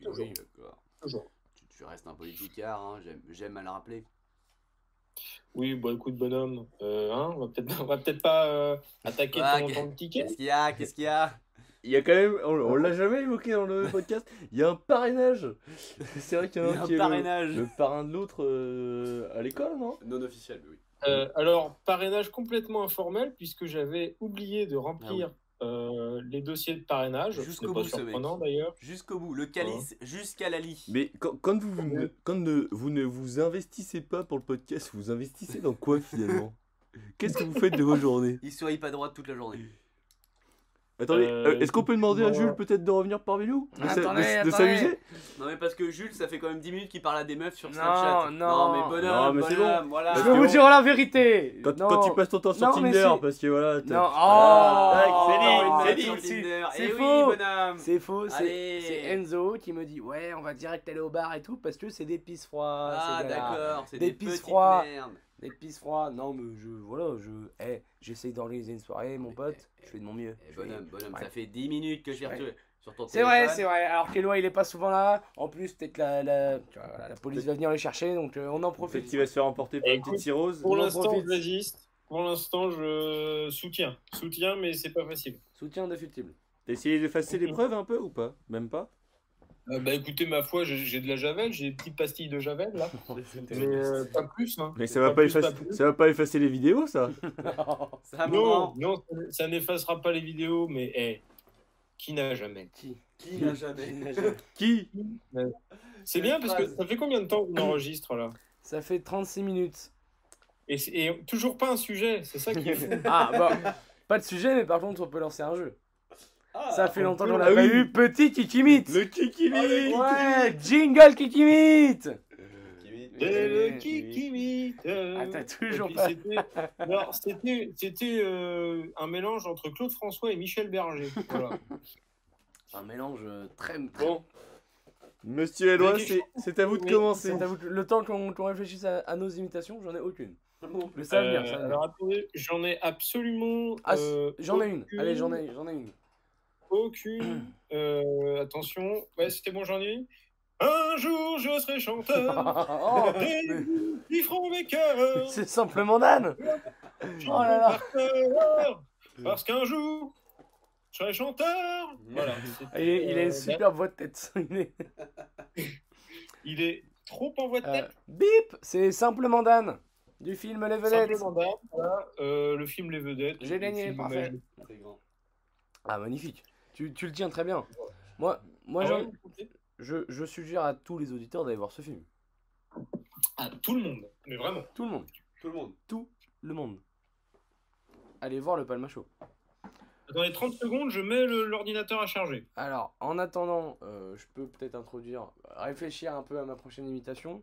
S1: Oui,
S3: toujours.
S1: d'accord.
S3: Toujours.
S1: Tu, tu restes un politicard, hein, j'aime- j'aime à le rappeler.
S3: Oui, bon, écoute, bonhomme, euh, hein, on va peut-être on va peut-être pas euh, attaquer
S1: Ah,
S3: ton,
S1: ok.
S3: ton petit
S1: Qu'est-ce qu'il y a Qu'est-ce qu'il y a
S4: Il y a quand même, on, on l'a jamais évoqué dans le podcast, il y a un parrainage. C'est vrai qu'il y en a un, qui
S1: Un
S4: est le-
S1: parrainage
S4: le, parrain de l'autre euh, à l'école, non
S1: Non officiel, mais oui.
S3: Euh, alors, parrainage complètement informel, puisque j'avais oublié de remplir euh, les dossiers de parrainage. Ce
S1: Ah Jusqu'au
S3: n'est pas
S1: bout, ce mec.
S3: surprenant d'ailleurs.
S1: Jusqu'au bout, le calice jusqu'à la lie.
S4: Mais quand, quand vous, vous ne, quand ne- vous ne vous investissez pas pour le podcast, vous investissez dans quoi finalement Qu'est-ce que vous faites de vos journées
S1: Il sourit pas droit toute la journée.
S4: Attendez,
S3: Euh,
S4: euh, est-ce qu'on peut demander à
S3: bon,
S4: Jules peut-être de revenir parmi nous De, s'a- de-
S2: Attendez,
S4: de
S2: attendez.
S4: s'amuser
S1: Non mais parce que Jules, ça fait quand même 10 minutes qu'il parle à des meufs sur
S2: Non,
S1: Snapchat.
S2: non.
S1: mais bonhomme,
S4: Non, mais c'est
S1: bonhomme, voilà.
S2: Je
S4: Parce
S2: vais
S4: que
S2: vous
S4: on-
S2: dire la vérité.
S4: quand,
S2: Non.
S4: quand tu euh, passes ton temps sur
S2: Non, mais
S4: Tinder,
S2: c'est-
S4: parce que voilà.
S1: Oh,
S4: t'as-
S2: Non,
S4: Ah,
S2: oh,
S4: c'est dit,
S2: non,
S1: sur
S2: c'est-
S1: Tinder.
S2: c'est
S1: Eh oui,
S2: faux.
S1: bonhomme.
S2: C'est faux, c'est
S1: Allez.
S2: c'est Enzo qui me dit Ouais, on va direct aller au bar et tout parce que c'est des pisses froides.
S1: Ah
S2: c'est dégueulasse.
S1: d'accord, c'est
S2: Des
S1: des,
S2: pisses
S1: petites
S2: froides.
S1: merdes.
S2: Des pisses froides. Non, mais je. Voilà, je. eh, j'essaye d'organiser une soirée, mon
S1: Mais,
S2: pote.
S1: eh,
S2: Je fais de mon mieux.
S1: Eh,
S2: Je fais-
S1: bonhomme, bonhomme,
S2: Ouais.
S1: ça fait 10 minutes que je
S2: Ouais.
S1: vais sur ton téléphone.
S2: C'est vrai, c'est vrai. Alors qu'Eloi, il est pas souvent là. En plus, peut-être la, la, tu vois, voilà, la police va venir le chercher, donc euh, on en
S4: Peut-être
S2: profite.
S4: qu'il va se faire emporter par
S3: Et
S4: une petite
S3: écoute,
S4: cirrhose.
S3: Pour
S2: On en
S3: l'instant,
S2: profite.
S3: je résiste. Pour l'instant, je soutiens. Soutiens, mais c'est pas facile.
S2: Soutien indéfectible.
S4: T'as essayé d'effacer les preuves un peu ou pas Même pas
S3: Euh, bah écoutez, ma foi, j'ai- j'ai de la javel, j'ai des petites pastilles de javel là. mais euh, pas plus. Hein.
S4: Mais ça va pas,
S3: plus,
S4: effacer,
S3: plus.
S4: ça va pas effacer les vidéos, ça
S1: Ça
S3: Non,
S1: moment.
S3: non, ça- ça n'effacera pas les vidéos, mais eh, qui n'a jamais
S2: Qui
S1: Qui n'a jamais
S4: Qui
S3: C'est
S1: Quelle
S3: bien parce que
S1: phrase.
S3: ça fait combien de temps qu'on enregistre là
S2: Ça fait 36 minutes.
S3: et, c'est- et toujours pas un sujet, c'est ça qui est fou.
S2: Ah, bah. Pas de sujet, mais par contre, on peut lancer un jeu. Ça fait longtemps qu'on l'a
S4: Ah
S2: pas
S4: oui.
S2: eu. Petit Kikimite
S4: Le Kikili
S2: Ouais, jingle Kikimite
S3: Et
S2: Euh,
S3: le kikimite.
S2: Ah, t'as toujours
S3: Et puis
S2: pas.
S3: c'était- Alors, c'était, c'était euh, un mélange entre Claude François et Michel Berger. Voilà.
S2: Un mélange euh, très. très-
S3: Bon,
S4: Monsieur Eloi,
S3: Mais-
S4: c'est- c'est à vous de
S3: Oui,
S4: commencer.
S2: C'est à vous que- le temps qu'on qu'on réfléchisse à, à nos imitations, j'en ai aucune. Mais ça va
S3: euh,
S2: venir, ça va venir.
S3: alors attendez, j'en ai absolument.
S2: Ah, si,
S3: euh,
S2: j'en ai une.
S3: aucune-
S2: Allez, j'en ai, j'en ai une.
S3: Aucune. Euh, attention. Ouais, c'était bon, j'en ai une. Un jour, je serai chanteur.
S2: Oh,
S3: Des
S2: mais-
S3: Ils feront mes cœurs.
S2: Oh, c'est simplement Dan. Oh là là.
S3: chanteur, Parce qu'un jour, je serai chanteur. Voilà. c'était,
S2: Il, est- il a une
S3: euh,
S2: superbe voix de tête. Il est-
S3: Il est trop en voie de
S2: euh,
S3: tête.
S2: bip, c'est simplement Dan du film Les Vedettes.
S3: Simplement d'art, voilà. Euh, le film Les Vedettes.
S2: J'ai
S3: le
S2: gagné,
S3: film
S2: parfait.
S3: magique.
S2: Ah magnifique. Tu, tu le tiens très bien. Moi, moi,
S3: Ah
S2: je-
S3: ouais, ok.
S2: je, je suggère à tous les auditeurs d'aller voir ce film.
S3: Ah, tout le monde, mais vraiment.
S2: Tout le monde.
S1: Tout le monde.
S2: le monde. Allez voir le Palmacho.
S3: Dans les 30 secondes, je mets le- l'ordinateur à charger.
S2: Alors, en attendant, euh, je peux peut-être introduire, réfléchir un peu à ma prochaine imitation.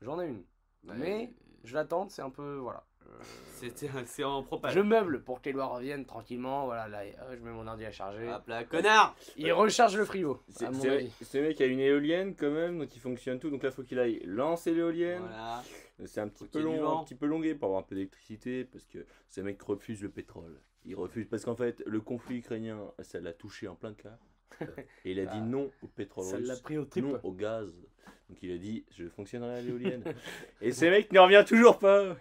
S2: J'en ai une. Mais je l'attends, c'est un peu. Voilà. Euh,
S1: C'était un- c'est en propage.
S2: je meuble pour qu'Éloi revienne tranquillement. Voilà, là, euh, je mets mon ordi à charger.
S1: Hop là, connard
S2: Il recharge le frigo.
S4: C'est-
S2: à mon
S4: c'est vrai-
S2: avis.
S4: Ce mec a une éolienne quand même, donc il fonctionne tout. Donc là, faut qu'il aille lancer l'éolienne.
S1: Voilà.
S4: C'est un petit
S1: Faut
S4: peu
S1: qu'il y ait du
S4: long,
S1: vent.
S4: un petit peu longué pour avoir un peu d'électricité, parce que ce mec refuse le pétrole. Il refuse parce qu'en fait, le conflit ukrainien, ça l'a touché en plein cas. Et il a dit
S2: Ah.
S4: non au pétrole
S2: Ça
S4: russe.
S2: l'a pris au trip.
S4: non au gaz. Donc il a dit je fonctionnerai à l'éolienne. Et ce mec ne revient toujours pas.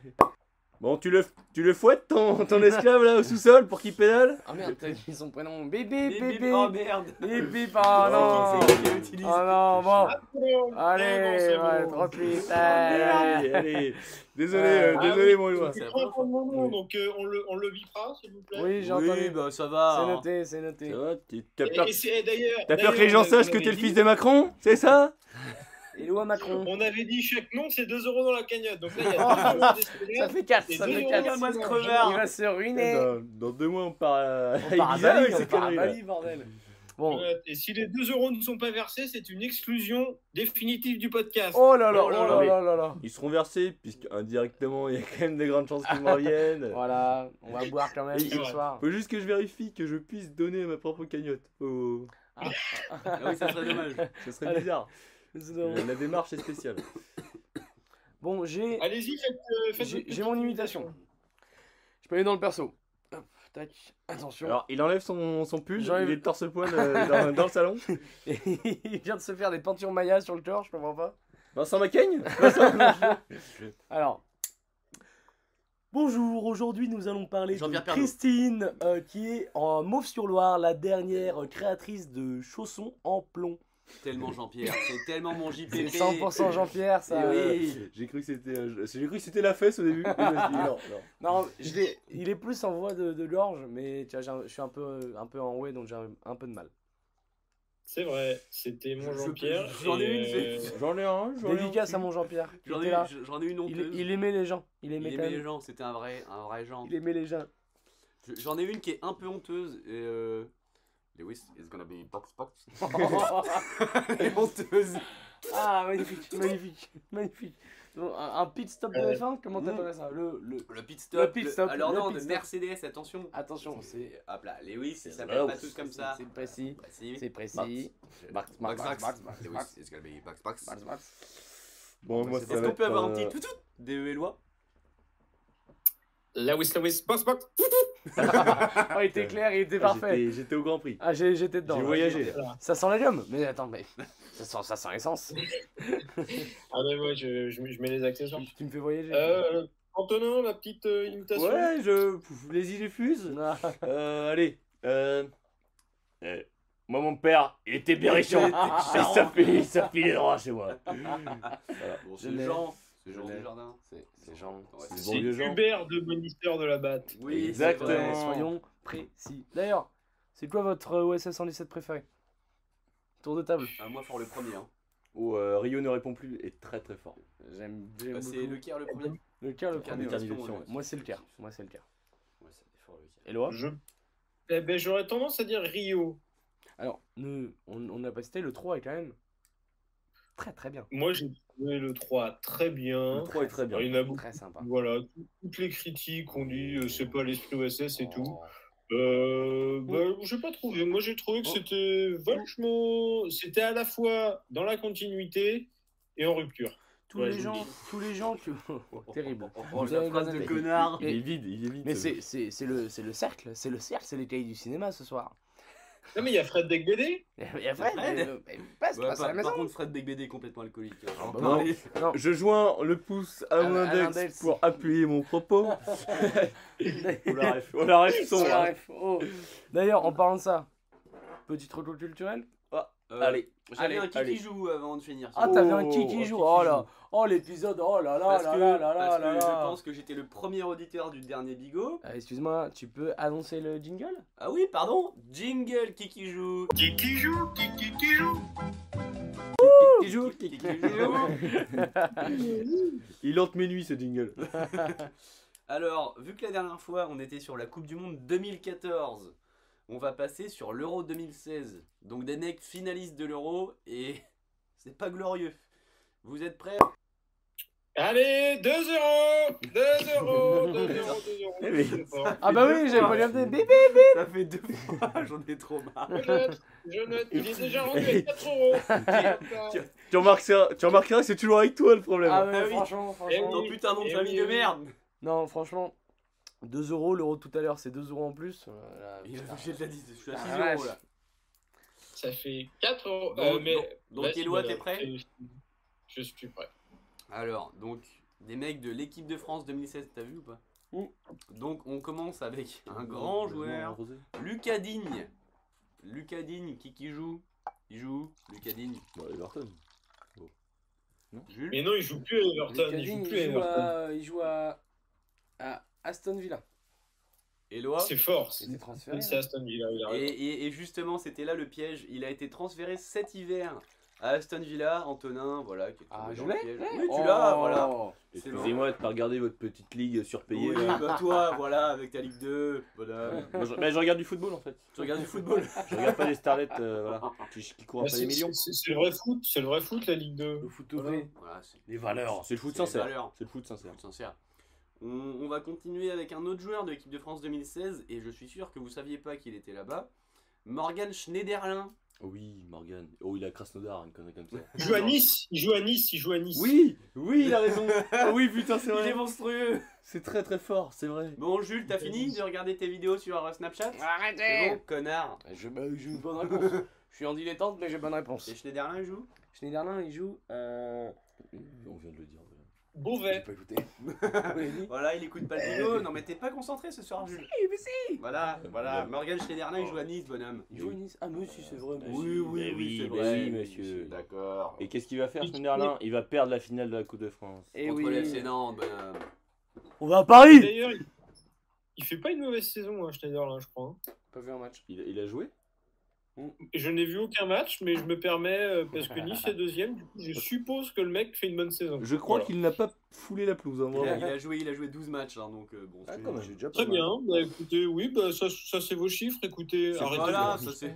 S4: Bon, tu le, tu le fouettes ton, ton esclave là au sous-sol pour qu'il pédale
S2: Ah merde, t'as dit son prénom. Bébé,
S1: Bip, bip,
S2: bébé.
S1: Oh merde
S2: Bip, bip, oh non.
S1: C'est qui qui l'utilise
S2: Oh non, bon.
S3: bon,
S2: Allez,
S3: Eh c'est
S2: ouais,
S3: bon.
S2: tranquille.
S4: Allez, allez. Désolé, euh,
S2: Ah
S4: désolé
S3: oui.
S4: mon Eloi.
S3: C'est
S1: C'est
S3: pas
S1: la
S3: encore le moment,
S2: Oui.
S3: donc euh, on, le, on le vipera, s'il vous plaît.
S2: Oui, j'ai
S1: Oui,
S2: entendu.
S1: bah ça
S2: C'est
S1: va. hein.
S2: noté, c'est noté.
S4: Ça va, tu- T'as
S3: Et-
S4: peur,
S3: et c'est- et d'ailleurs-
S4: t'as peur que les gens
S3: d'ailleurs, euh,
S4: sachent
S3: on
S4: que
S3: avait
S4: t'es le
S3: dit-
S4: fils de Macron C'est ça
S2: Éloi Macron.
S3: On avait dit chaque nom, c'est 2 euros dans la cagnotte. Donc là, il y a 2 euros des
S2: Ça
S3: scolaires.
S2: fait 4,
S3: Et
S2: ça
S3: deux
S2: fait
S3: euros
S2: 4.
S1: Regarde-moi ce
S3: Il
S1: crevard
S2: Il va se ruiner.
S4: dans, dans deux mois, on part à, à
S2: On part à
S4: Ibiza
S2: Bali,
S4: avec
S2: on
S4: ces
S2: part à
S4: conneries-là.
S2: Bali, bordel. Bon.
S3: Euh, Et si les 2 euros ne sont pas versés, c'est une exclusion définitive du podcast.
S2: Oh là là, oh
S3: Oh là
S2: là
S4: là.
S2: là là là.
S4: Ils seront versés, puisque indirectement, il y a quand même de grandes chances qu'ils me reviennent.
S2: Voilà, on va boire quand même
S4: Oui,
S2: ce
S3: ouais.
S2: soir.
S4: Faut juste que je vérifie que je puisse donner ma propre cagnotte. Oh,
S1: Ah oui, ça serait dommage.
S4: ce serait
S2: Allez.
S4: bizarre.
S2: C'est
S4: La,
S2: drôle.
S4: la démarche est spéciale.
S2: Bon, j'ai
S3: Allez-y, faites, euh, faites
S2: j'ai
S3: votre
S2: j'ai mon imitation. Je peux aller dans le perso. Hop, tac, attention.
S4: Alors, il enlève son, son pull,
S2: J'enlève-
S4: il est torse-poil euh, dans, dans le salon.
S2: il vient de se faire des peintures Maya sur le corps, je comprends pas.
S4: Vincent Macaigne
S2: Alors. Bonjour, aujourd'hui nous allons parler de
S1: Jean-Pierre Pernaut.
S2: Christine, euh, qui est en Mauve-sur-Loire, la dernière euh, créatrice de chaussons en plomb.
S1: Tellement Jean-Pierre, c'est tellement mon
S2: C'est
S1: JPP.
S2: 100% Jean-Pierre, ça.
S1: Eh
S2: euh,
S1: oui.
S4: J'ai cru que c'était euh, j'ai cru que c'était la fesse au début. Et je me suis dit, non, non.
S2: Non, je l'ai- il est plus en voie de, de gorge, mais tu vois, j'ai un- je suis un peu, euh, un peu en way, donc j'ai un, un peu de mal.
S3: C'est vrai, c'était mon
S1: Je-
S3: Jean-Pierre.
S1: j'en ai
S3: et,
S1: une, c'est-
S3: euh,
S4: J'en ai un, j'en ai un.
S2: Dédicace à mon Jean-Pierre, qui
S1: J'en
S2: était
S1: ai,
S2: là.
S1: j'en ai une
S2: Il,
S1: honteuse.
S2: il aimait les gens, il
S1: Il
S2: aimait quand
S1: aimait les
S2: même.
S1: gens, c'était un vrai, un vrai Jean.
S2: Il aimait les gens.
S1: Je- J'en ai une qui est un peu honteuse. Et euh... Lewis is gonna be box box. Elle est honteuse.
S2: ah, magnifique, magnifique, magnifique. Donc, un, un pit stop de
S3: Euh,
S2: F1, comment
S4: hmm.
S2: t'appelles ça le, le,
S1: Le pit stop.
S2: Le pit stop,
S1: Alors
S2: le
S1: non,
S2: pit
S1: de
S2: stop.
S1: Mercedes, attention.
S2: Attention,
S1: C'est hop là, Lewis, ils
S4: C'est
S1: s'appellent
S4: vrai,
S1: pas tous comme ça.
S2: C'est précis,
S1: Bah, si.
S2: c'est précis. Max, Max, Max, Max, Max,
S1: Lewis
S2: Max,
S1: is gonna be box box.
S2: Max, Max.
S4: Bon, moi, ça
S1: Est-ce
S4: va
S1: qu'on peut
S4: être,
S1: avoir un
S4: euh,
S1: petit tout tout des Eloi
S3: Lewis, Lewis, box, box.
S2: Oh, il était clair, il était
S4: ah,
S2: parfait.
S4: j'étais- J'étais au Grand Prix.
S2: Ah, j'ai- j'étais dedans.
S4: J'ai
S2: là.
S4: voyagé.
S2: Ça sent la gomme Mais attends, mais ça sent, ça sent l'essence.
S3: Ah, mais moi, je, je, je mets les accessoires.
S2: Tu me fais voyager.
S3: Euh, Antonin, la petite euh, imitation.
S4: Ouais, je pff, les idées fusent.
S2: Ah.
S4: Euh, allez. Euh... euh, Moi, mon père, il était berrichon. Et ça finit, ça finit droit chez moi.
S1: Bon,
S2: Je
S1: c'est
S2: l'ai.
S1: Jean,
S2: Je
S1: c'est Jean
S2: l'ai.
S1: du jardin. C'est
S2: C'est Jean.
S1: Ouais.
S4: C'est
S3: C'est
S4: bon vieux Jean.
S3: Hubert de Moniteur de la Batte.
S1: Oui, c'est
S4: Exactement.
S1: vrai.
S2: Ouais, soyons précis. D'ailleurs, c'est quoi votre euh, OSS 117 préféré Tour de table.
S1: Ah, moi, fort le premier. Hein.
S4: Où euh, Rio ne répond plus est très très fort.
S2: J'aime
S1: Bah, c'est le Caire le premier.
S2: Le cœur, le
S1: Caire,
S2: premier. ouais.
S4: le Caire. d'éternisation,
S1: ouais.
S4: ouais.
S2: Moi, c'est le cœur. Moi, c'est le cœur.
S1: Ouais, c'est fort le Caire.
S4: Eloi
S3: Je... Eh ben, j'aurais tendance à dire Rio.
S2: Alors, nous, on, on a pas cité, le 3 est quand même très très bien.
S3: Moi, j'ai trouvé le 3 très bien.
S4: Le 3 est très bien.
S3: Alors, il y en a beaucoup.
S2: Très sympa.
S3: Voilà, tout- toutes les critiques ont dit euh, c'est pas l'esprit OSS et
S4: Oh.
S3: tout. Euh, bah, j'ai pas trouvé. Moi, j'ai trouvé que
S2: Oh.
S3: c'était vachement. C'était à la fois dans la continuité et en rupture.
S2: Tous,
S3: Ouais,
S2: les
S3: je
S2: gens,
S3: l'oublie.
S2: tous les gens que. Terrible.
S1: Oh,
S2: Vous
S1: la
S2: avez
S1: phrase
S2: gardé.
S1: de connard.
S4: Il est vide, il est vide.
S2: Mais
S4: ce-
S2: c'est c'est- c'est le, c'est le cercle, c'est le cercle, c'est les cahiers du cinéma ce soir.
S3: Non, mais il y a Fred Degbédé.
S2: Et après,
S1: Fred.
S2: euh, mais passe,
S1: Ouais,
S2: passe à
S1: par,
S2: la maison.
S1: par contre, Fred Begbédé est complètement alcoolique. hein.
S2: Ah, bah
S4: non.
S1: Allez.
S2: Non,
S4: Je joins le pouce à mon
S2: À- à
S4: index,
S2: l'index.
S4: pour appuyer mon propos. on la ref, on la ref sombre, hein.
S2: D'ailleurs, en parlant de ça, petit recul culturel.
S1: Euh,
S4: Allez.
S1: J'avais
S4: Allez,
S1: un qui
S4: allez.
S1: qui joue avant de finir.
S2: Ah,
S4: Oh,
S2: t'avais un qui qui
S4: un
S2: joue.
S4: qui
S2: Oh
S4: qui
S2: là, oh l'épisode, oh là là
S1: parce
S2: là
S1: que,
S2: là là là
S1: parce
S2: là
S1: que
S2: là.
S1: je pense que j'étais le premier auditeur du dernier Bigot.
S2: Euh, Excuse-moi, tu peux annoncer le jingle
S1: Ah oui, pardon. Jingle qui qui joue.
S3: Qui qui joue Qui qui qui joue
S4: Qui joue, qui-
S1: Qui qui joue.
S4: Il hante mes nuits ce jingle.
S1: Alors, vu que la dernière fois on était sur la Coupe du Monde 2014, on va passer sur l'Euro 2016. Donc des mecs finalistes de l'Euro et c'est pas glorieux. Vous êtes prêts
S3: Allez, 2 euros 2 euros 2 euros 2 euros
S4: Eh oui.
S3: Je sais pas.
S2: Ah bah oui, j'ai pas regardé. Bip, bip.
S1: Ça fait deux fois, j'en ai trop marre.
S3: Je note, je note, il est déjà rendu
S4: Eh
S3: à 4 euros
S4: Tu remarqueras, tu remarqueras que c'est toujours avec toi le problème.
S2: Ah
S1: Ah
S2: ouais,
S1: oui.
S2: franchement,
S1: Oh
S2: franchement.
S3: oui.
S1: putain, nom de
S3: Eh
S1: famille
S3: oui,
S1: de
S3: eh oui.
S1: merde.
S2: Non, franchement, 2 euros, l'euro de tout à l'heure, c'est 2 euros en plus. Euh,
S1: Il a touché de la 10, je suis à
S2: Ah,
S1: 6
S2: vache.
S1: euros là.
S3: Ça fait 4 euros.
S1: Donc,
S3: Euh, mais...
S1: donc- donc,
S3: Vas-y,
S1: Eloi,
S3: madame.
S1: t'es prêt
S3: Je suis prêt.
S1: Alors, donc, des mecs de l'équipe de France 2016, t'as vu ou pas
S2: Ouh.
S1: Donc, on commence avec un grand joueur, Lucas Digne. Lucas Digne, qui, qui joue Il joue où Lucas Digne.
S4: Bon, Everton.
S1: Jules
S3: Mais non, il joue plus à Everton. Il joue plus
S2: hein,
S3: à Everton.
S2: il joue à, à Aston Villa.
S1: Eloi
S3: C'est fort.
S2: Il était transféré. hein.
S3: C'est Aston Villa. il a
S1: hein. et,
S3: raison.
S1: et- et justement, c'était là le piège. Il a été transféré cet hiver à Aston Villa, Antonin, voilà. Qui est
S2: Ah,
S1: tombé
S2: je
S1: dans le
S2: l'ai
S1: piège. Oui, tu l'as,
S4: Oh.
S1: voilà. C'est bon.
S4: Excusez-moi de pas regarder votre petite ligue surpayée.
S1: Oui,
S4: là.
S1: bah toi, voilà, avec ta Ligue 2, voilà.
S4: Moi, je, mais je regarde du football en fait.
S1: Tu regardes du football
S4: Je regarde pas les starlets euh, voilà, qui, qui courent
S3: Bah,
S4: après les
S3: c'est-
S4: millions.
S3: C'est c'est le vrai foot. C'est le vrai foot, la Ligue 2.
S2: Le foot au
S3: Voilà.
S2: vrai.
S1: Voilà, c'est
S4: Les valeurs. C'est le foot
S1: C'est les
S4: sincère.
S1: valeurs.
S4: C'est le foot sincère.
S1: Faut être sincère. On, on va continuer avec un autre joueur de l'équipe de France 2016 et je suis sûr que vous saviez pas qu'il était là-bas. Morgan Schneiderlin,
S4: Oh oui, Morgan. Oh, il a Krasnodar, une connerie comme ça.
S3: Il joue à Nice, il joue à Nice, il joue à Nice.
S4: Oui, oui, il a raison. Ah oui, putain, c'est
S1: Il est
S4: vrai.
S1: monstrueux
S4: C'est très très fort, c'est vrai.
S1: Bon, Jules, t'as fini de regarder tes vidéos sur euh, Snapchat C'est bon,
S2: Arrêtez
S1: connard
S2: J'ai j'ai une bonne réponse. Je suis en dilettante, mais j'ai bonne réponse.
S1: Et Schneiderlin il joue
S2: Schneiderlin, il joue. Euh...
S4: On vient de le dire. voilà.
S2: J'ai
S3: Beauvais.
S2: pas écouté. Vous l'avez dit
S1: Voilà, il écoute pas le vidéo. Non, mais t'es pas concentré ce soir, Jules.
S2: mais si
S1: Voilà, voilà. Morgan Schneiderlin, il joue à Nice, bonhomme.
S2: Il joue à Nice Ah, mais si, c'est vrai. mais
S1: Oui,
S2: si.
S1: oui,
S4: mais
S1: Bah oui,
S4: oui,
S1: c'est
S4: mais
S1: vrai.
S4: oui, monsieur.
S1: D'accord.
S4: Et qu'est-ce qu'il va faire, Schneiderlin Il va perdre la finale de la Coupe de France.
S2: Eh
S1: Contre
S2: oui.
S1: le FC Nantes, bonhomme.
S4: On va à Paris
S3: D'ailleurs, il... il fait pas une mauvaise saison, hein, Schneider, là, je crois. hein.
S2: Pas vu un match.
S4: il, il a joué
S3: Je n'ai vu aucun match, mais je me permets, euh, parce que Nice est deuxième, du coup, je suppose que le mec fait une bonne saison.
S4: Je crois
S3: Voilà.
S4: qu'il n'a pas foulé la pelouse. hein,
S1: Il a,
S4: vraiment.
S1: il a joué, il a joué 12 matchs, hein, donc euh, bon.
S4: Ah,
S1: c'est-
S2: J'ai déjà pas
S3: Très
S2: mal.
S3: bien, bah écoutez, oui, bah ça, ça c'est vos chiffres, écoutez,
S1: C'est-
S3: arrêtez
S1: voilà,
S3: de-
S1: ça, c'est-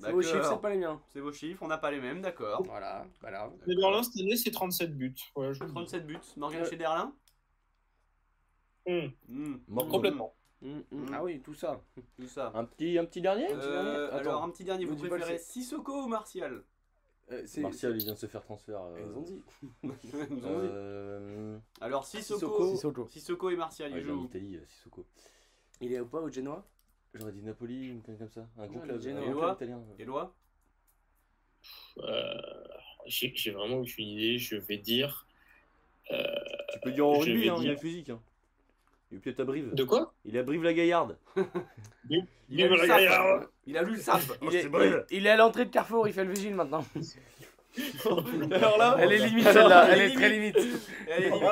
S2: C'est vos chiffres, c'est
S1: D'accord.
S2: pas les miens.
S1: C'est vos chiffres, on n'a pas les mêmes, d'accord.
S2: Voilà, voilà.
S3: Mais Berlin, cette année, c'est 37 buts. Voilà, je vous le dis.
S1: 37 buts, Morgan
S2: Ouais.
S1: Schneiderlin
S3: Hum,
S1: Hmm,
S4: Mort-
S3: Complètement.
S2: Hum, hum.
S1: Mm.
S2: Ah oui, tout ça.
S1: Tout ça.
S4: Un petit, un petit dernier
S2: petit dernier
S1: Euh,
S2: Attends.
S1: alors, un petit dernier, vous
S2: Vous dites pas le
S1: préférez
S2: c'est-
S1: Sissoko ou Martial
S2: Euh, c'est-
S4: Martial, il vient de se faire transfert. euh,
S2: Ils ont dit.
S1: Nous on dit.
S4: euh,
S1: Alors, Sissoko,
S2: Sissoko.
S1: Sissoko et Martial,
S4: ah,
S1: ils
S4: il est en
S1: jouent.
S4: Italie, euh, Sissoko.
S2: Il est au pas au Genoa
S4: J'aurais dit Napoli, une connerie comme ça. Un gros
S2: le
S4: club, un
S2: Genoa.
S4: gros club italien.
S1: Éloi
S3: euh, J'ai j'ai vraiment aucune idée, je vais dire. euh,
S4: Tu peux dire en
S3: Je
S4: rugby,
S3: vais
S4: hein, il
S3: dire-
S4: a le physique. Hein. Il est peut-être à Brive.
S3: De quoi
S4: Il est à Brive la Gaillarde.
S1: Il a lu le sap Il a lu le sap
S2: il, est, il- il est à l'entrée de Carrefour, il fait le vigile maintenant.
S1: Alors là,
S2: Elle est limite
S4: Alors,
S2: celle-là,
S1: Ah, bah. elle
S2: elle
S1: est
S2: est très limite.
S1: elle est limite.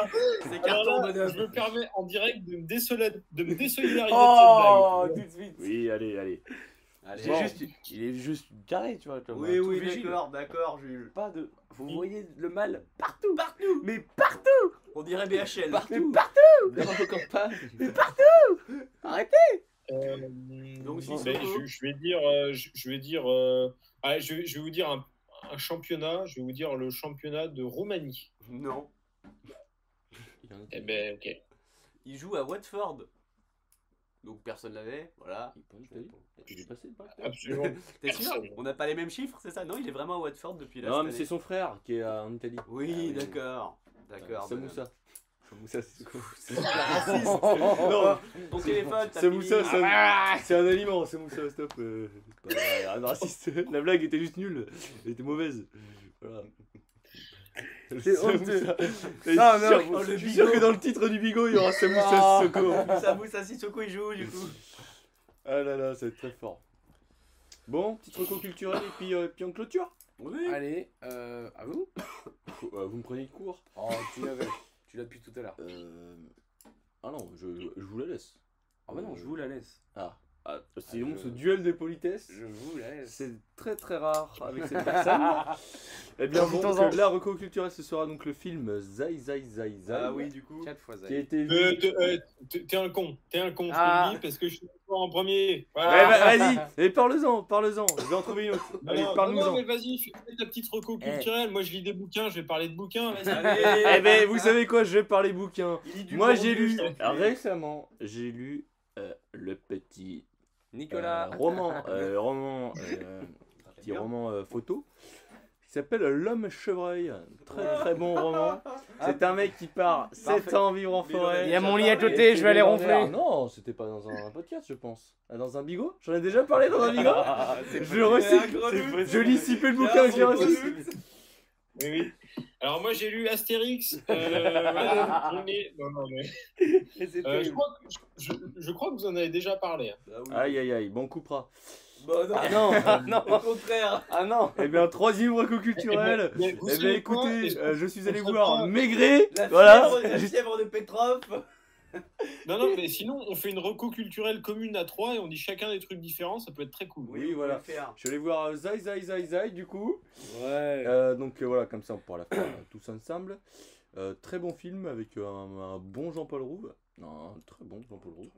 S1: C'est carton,
S3: Alors là,
S1: bonhomme.
S3: je me permets en direct de me, désolade- de me désolidariser
S2: Oh,
S3: de cette blague.
S2: tout de suite.
S4: Oui, allez, allez.
S1: Allez.
S2: C'est juste- il est juste carré, tu vois. comme un
S1: Oui,
S2: tout
S1: oui,
S2: vigile.
S1: d'accord, d'accord, Jules.
S2: Pas de. Vous voyez le mal partout.
S1: Partout
S2: Mais partout.
S1: On dirait BHL.
S2: Mais partout. Mais partout. Arrêtez.
S3: Euh,
S1: Donc,
S3: bon,
S1: Sissoko.
S3: ben, je, je vais dire, euh, je, je vais dire, euh, ah, je, vais- je vais vous dire un, un championnat, je vais vous dire le championnat de Roumanie.
S1: Non.
S3: Eh ben, ok.
S1: Il joue à Watford. Donc personne l'avait, voilà.
S4: Il est passé le bac, là.
S3: Absolument.
S1: T'es sûr
S3: Personne.
S1: On n'a pas les mêmes chiffres, c'est ça Non, il est vraiment à Watford depuis la
S4: Non, mais c'est son frère qui est euh, en Italie.
S1: Oui, d'accord. D'accord.
S4: C'est
S1: bonhomme.
S4: Moussa. Samoussa, c'est
S1: C'est super raciste.
S4: Non,
S1: Ton téléphone, t'as
S4: Samoussa,
S1: fini.
S4: c'est
S2: Ah
S4: un- c'est un aliment, Samoussa, stop. euh, c'est pas un raciste. La blague était juste nulle. Elle était mauvaise. Voilà.
S2: C'est honteux.
S4: Samoussa. Et
S2: Non, non,
S4: je suis sûr que-
S1: le
S4: je suis sûr
S1: bigot.
S4: que dans le titre du bigot, il y aura Samoussa
S2: Ah.
S4: Sissoko.
S1: Ça vous, ça Sissoko, il joue du coup.
S4: Ah là là, ça va être très fort. Bon, petite reco culturelle et puis, euh, puis on clôture.
S1: Oui.
S2: Allez, euh, à vous.
S4: Faut- euh, vous me prenez de court.
S2: Oh, tu l'avais. Tu l'as depuis tout à l'heure.
S4: Euh, Ah non, je, je vous la laisse.
S2: Ah bah non, je vous la laisse.
S4: Ah. Ah, sinon,
S2: je-
S4: ce duel de politesse,
S2: Je vous la laisse.
S4: c'est très très rare avec cette personne. Eh bien, bon,
S2: Profitons-en.
S4: la reco culturelle, ce sera donc le film Zai Zai Zai Zai.
S1: Ah oui, du coup.
S2: 4 fois Z.
S4: Qui a été vu.
S3: Euh, t'es- euh, t'es- T'es un con, t'es un con, je te
S2: Ah.
S3: le dis, parce que je suis encore en premier.
S4: Ouais,
S3: Voilà.
S4: bah, vas-y, et parle-en, parle-en. Je vais en trouver une autre.
S3: Non,
S4: Allez,
S3: non, non,
S4: parle-nous-en.
S3: mais vas-y, fais ta petite reco
S2: Eh.
S3: culturelle. Moi, je lis des bouquins, je vais parler de bouquins. vas-y.
S1: Allez.
S4: Eh ben, vous savez quoi, je vais parler bouquin.
S1: Il lit du
S4: Moi
S1: bon
S4: j'ai
S1: vieux,
S4: lu
S1: cet enculé.
S4: récemment, j'ai lu euh, le petit euh,
S2: Nicolas.
S4: roman, euh, roman, euh, petit roman euh, photo qui s'appelle L'homme chevreuil. Très très bon roman. C'est un mec qui part 7
S2: Parfait.
S4: ans vivre en forêt.
S2: Euh, Il y a mon lit à côté, je vais aller ronfler.
S4: Non, c'était pas dans un podcast, je pense. Ah, Dans un bigot J'en ai déjà parlé dans un bigot Je
S1: ah, C'est
S4: recycle.
S1: un grenouille.
S4: Je lis si peu de bouquins que j'ai reçus.
S3: Oui, oui. Alors, moi, j'ai lu Astérix. euh, voilà, on est- non, non, mais- Euh, je, crois que, je, je crois que vous en avez déjà parlé. hein.
S4: Aïe aïe aïe, bon coupera.
S1: Bon, non,
S4: Ah non
S2: non,
S1: au contraire.
S2: ah non.
S4: Eh bien, troisième reco culturel.
S3: Eh ben, mais vous
S4: Eh bien
S3: savez quoi
S4: écoutez,
S3: Est-ce que-
S4: euh, je suis allé
S3: on se
S4: voir
S3: prend-
S4: Maigret,
S1: La
S4: voilà.
S1: fièvre, la fièvre de Petrov.
S3: Non, non, mais sinon, on fait une reco culturelle commune à trois et on dit chacun des trucs différents, ça peut être très cool.
S4: Oui, voilà.
S1: on peut le faire.
S4: Je suis allé voir euh, Zai Zai Zai Zai du coup.
S2: Ouais.
S4: Euh, donc euh, voilà, comme ça on pourra la faire euh, tous ensemble. Euh, très bon film avec euh, un, un bon Jean-Paul Rouve. Non, un très bon Jean-Paul Rouve.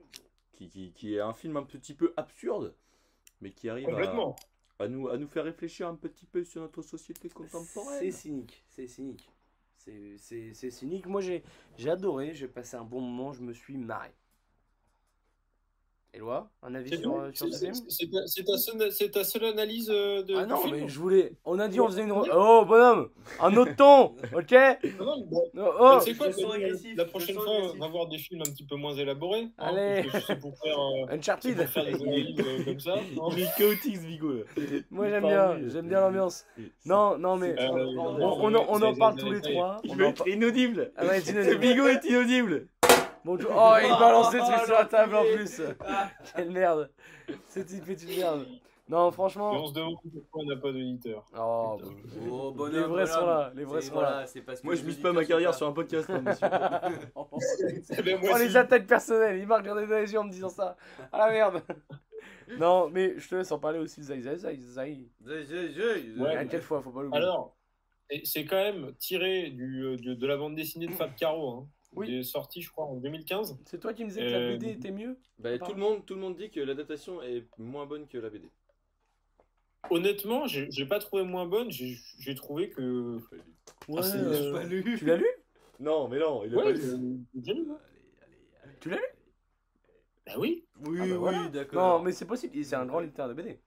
S4: Qui, qui- qui est un film un petit peu absurde, mais qui arrive à,
S3: Complètement.
S4: à nous, à nous faire réfléchir un petit peu sur notre société
S2: C'est
S4: contemporaine.
S2: cynique, c'est cynique. C'est- C'est c'est cynique. Moi, j'ai j'ai adoré, j'ai passé un bon moment, je me suis marré. Éloi, un avis
S3: C'est
S2: sur,
S3: tout
S2: euh, sur
S3: C'est-
S2: ce film
S3: c'est- c'est ta- c'est ta, seule- c'est ta seule analyse euh, de.
S2: Ah
S3: du
S2: non,
S3: film
S2: mais je voulais. On a dit on faisait une. re- Oh, bonhomme Un autre ton Ok
S3: Non, non, bon,
S2: Oh, oh.
S3: c'est quoi
S1: je sens
S3: bah,
S1: agressif,
S3: La
S1: je
S3: prochaine
S1: sens
S3: fois,
S1: agressif.
S3: on va voir des films un petit peu moins élaborés. hein,
S2: Allez.
S3: parce que c'est pour faire, euh, c'est
S2: Uncharted
S3: pour faire des analyses euh, comme ça. hein.
S4: Il est chaotique ce bigot là.
S2: Moi j'aime bien, j'aime bien l'ambiance. Non, non, mais.
S3: Euh,
S2: On,
S3: non,
S2: on en, on
S3: ça-
S2: en
S3: ça-
S2: parle
S3: ça-
S2: tous les
S3: ça-
S2: trois.
S4: Il
S2: On
S4: veut
S2: en
S4: être
S2: par-
S4: inaudible.
S2: Ah ouais, dis-nous,
S4: Ce
S2: dis-nous.
S4: bigot est inaudible.
S2: Bonjour. Oh, il balance des
S1: Oh,
S2: trucs sur la table en
S1: l'enculé.
S2: plus. Quelle merde. C'est une petite merde. Non,
S3: Et
S2: franchement.
S3: on se demande pourquoi on n'a pas d'auditeur.
S2: Oh,
S1: Oh, bonhomme,
S2: les vrais sont
S1: bonhomme.
S2: là. Les vrais
S1: C'est-
S2: sont
S1: voilà,
S2: là.
S1: c'est parce que
S4: Moi je
S1: les
S4: mise pas ma
S1: auditeurs
S4: carrière
S1: sont
S4: sur un podcast. hein, monsieur.
S2: Oh,
S3: Eh ben, moi
S2: oh,
S3: aussi.
S2: les attaques personnelles. Il marque dans les yeux en me disant ça. Ah la merde. Non, mais je te laisse en parler aussi de Zai Zai Zai. Zai.
S1: Zé, zé, zé, zé.
S3: Ouais,
S2: À
S3: mais-
S2: quelle fois, faut pas l'oublier.
S3: Alors, et c'est quand même tiré du, euh, du- de la bande dessinée de Fab Caro. Hein.
S2: Oui.
S3: Il est sorti, je crois, en 2015.
S2: C'est toi qui me disais que la
S3: Euh,
S2: BD était mieux
S4: Bah, tout, le monde, tout le monde dit que l'adaptation est moins bonne que la BD.
S3: Honnêtement, j'ai j'ai pas trouvé moins bonne. J'ai j'ai trouvé que. Ah,
S2: Ouais.
S3: c'est-
S2: euh,
S1: J'ai pas lu.
S2: Tu l'as lu
S4: Non, mais non, il a
S3: Ouais,
S4: pas
S3: euh,
S4: lu.
S3: j'ai lu, hein.
S1: Allez, allez, allez.
S2: Tu l'as lu
S3: Bah oui.
S1: Oui,
S2: Ah bah
S1: oui,
S2: voilà.
S1: d'accord.
S2: Non, mais c'est possible. C'est un grand lecteur de BD.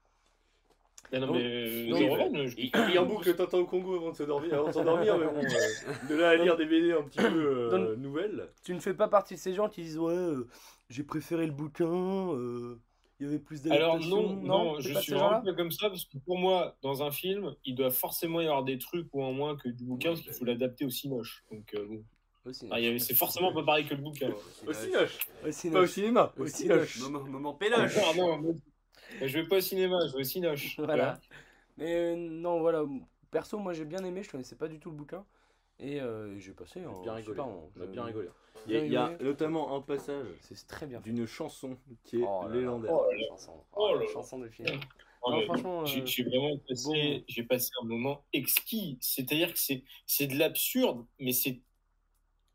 S3: Ah non,
S2: Donc-
S3: mais. euh,
S4: donc-
S3: je reviens, je-
S4: Il, il en boucle Tintin au Congo avant de se dormir, avant de s'endormir, mais bon, euh, de là à lire des BD un petit peu euh,
S2: Donne-
S4: nouvelles.
S2: Tu ne fais pas partie de ces gens qui disent ouais, euh, j'ai préféré le bouquin, euh, il y avait plus
S3: Alors
S2: d'adaptation.
S3: non, non,
S2: t'es
S3: je
S2: pas
S3: suis
S2: de ces gens-là
S3: vraiment pas comme ça parce que pour moi, dans un film, il doit forcément y avoir des trucs ou en moins que du bouquin parce qu'il faut l'adapter au cinoche. Donc euh, bon,
S2: Aussi,
S3: Ah, il y avait- c'est forcément Bah, pas pareil que le bouquin.
S1: Oh,
S4: Au cinoche,
S2: aussi,
S4: pas au
S2: non.
S4: cinéma,
S2: Au
S4: au
S2: cinoche.
S4: cinoche.
S1: Moment, moment
S3: Ah,
S1: péloche.
S3: non, moi, je vais pas au cinéma, je vais au cinoche.
S2: Voilà. Mais euh, non, voilà. Perso, moi j'ai bien aimé, je connaissais pas du tout le bouquin. Et euh, j'ai passé un
S4: Bien rigolé,
S2: super moment.
S4: on a
S2: Je-
S4: bien rigolé. Oh, Il y a, il y a notamment un passage
S2: C'est très bien fait.
S4: d'une chanson qui est
S2: Oh là là.
S4: légendaire.
S3: Oh,
S2: La chanson,
S3: Oh
S2: la
S3: là là.
S2: chanson de film.
S3: Oh,
S2: Non,
S3: mais
S2: franchement, euh,
S3: j'ai j'ai vraiment passé,
S2: bon.
S3: j'ai passé un moment exquis. C'est-à-dire que c'est c'est de l'absurde, mais c'est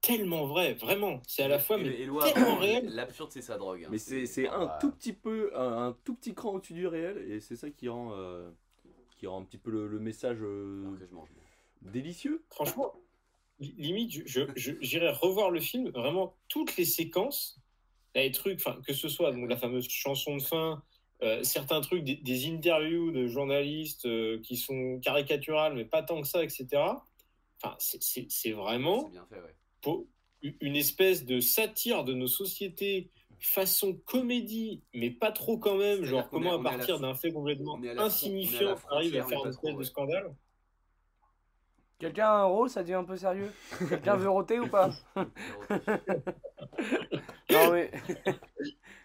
S3: tellement vrai, vraiment. C'est à la fois
S1: Et- euh,
S3: mais
S1: et Loire,
S3: tellement réel.
S1: L'absurde, c'est sa drogue. hein.
S4: Mais c'est c'est
S2: Ah
S4: un
S2: bah.
S4: tout petit peu, un, un tout petit cran au-dessus du réel, et c'est ça qui rend, euh, qui rend un petit peu le, le message euh,
S1: Alors que je mange.
S4: délicieux.
S3: franchement, li- limite, je- je- je- j'irais revoir le film, vraiment toutes les séquences, là, les trucs, enfin, que ce soit donc, la fameuse chanson de fin, euh, certains trucs, des, des interviews de journalistes euh, qui sont caricaturales, mais pas tant que ça, etc. Enfin, c'est- c'est c'est
S1: C'est
S3: vraiment
S1: bien fait, ouais.
S3: pour u- une espèce de satire de nos sociétés façon comédie, mais pas trop quand même,
S1: C'est-à-dire
S3: genre
S1: qu'on est-
S3: comment
S1: on
S3: à
S1: est à la
S3: partir
S1: fr-
S3: d'un fait complètement
S1: on est à la fron- on est à la
S3: insignifiant on arrive
S1: frontière,
S3: à
S1: mais
S3: faire
S1: pas
S3: une espèce
S1: trop,
S3: de
S1: ouais.
S3: scandale.
S2: Quelqu'un a un rôle, ça devient un peu sérieux Quelqu'un veut roter ou pas Non, mais.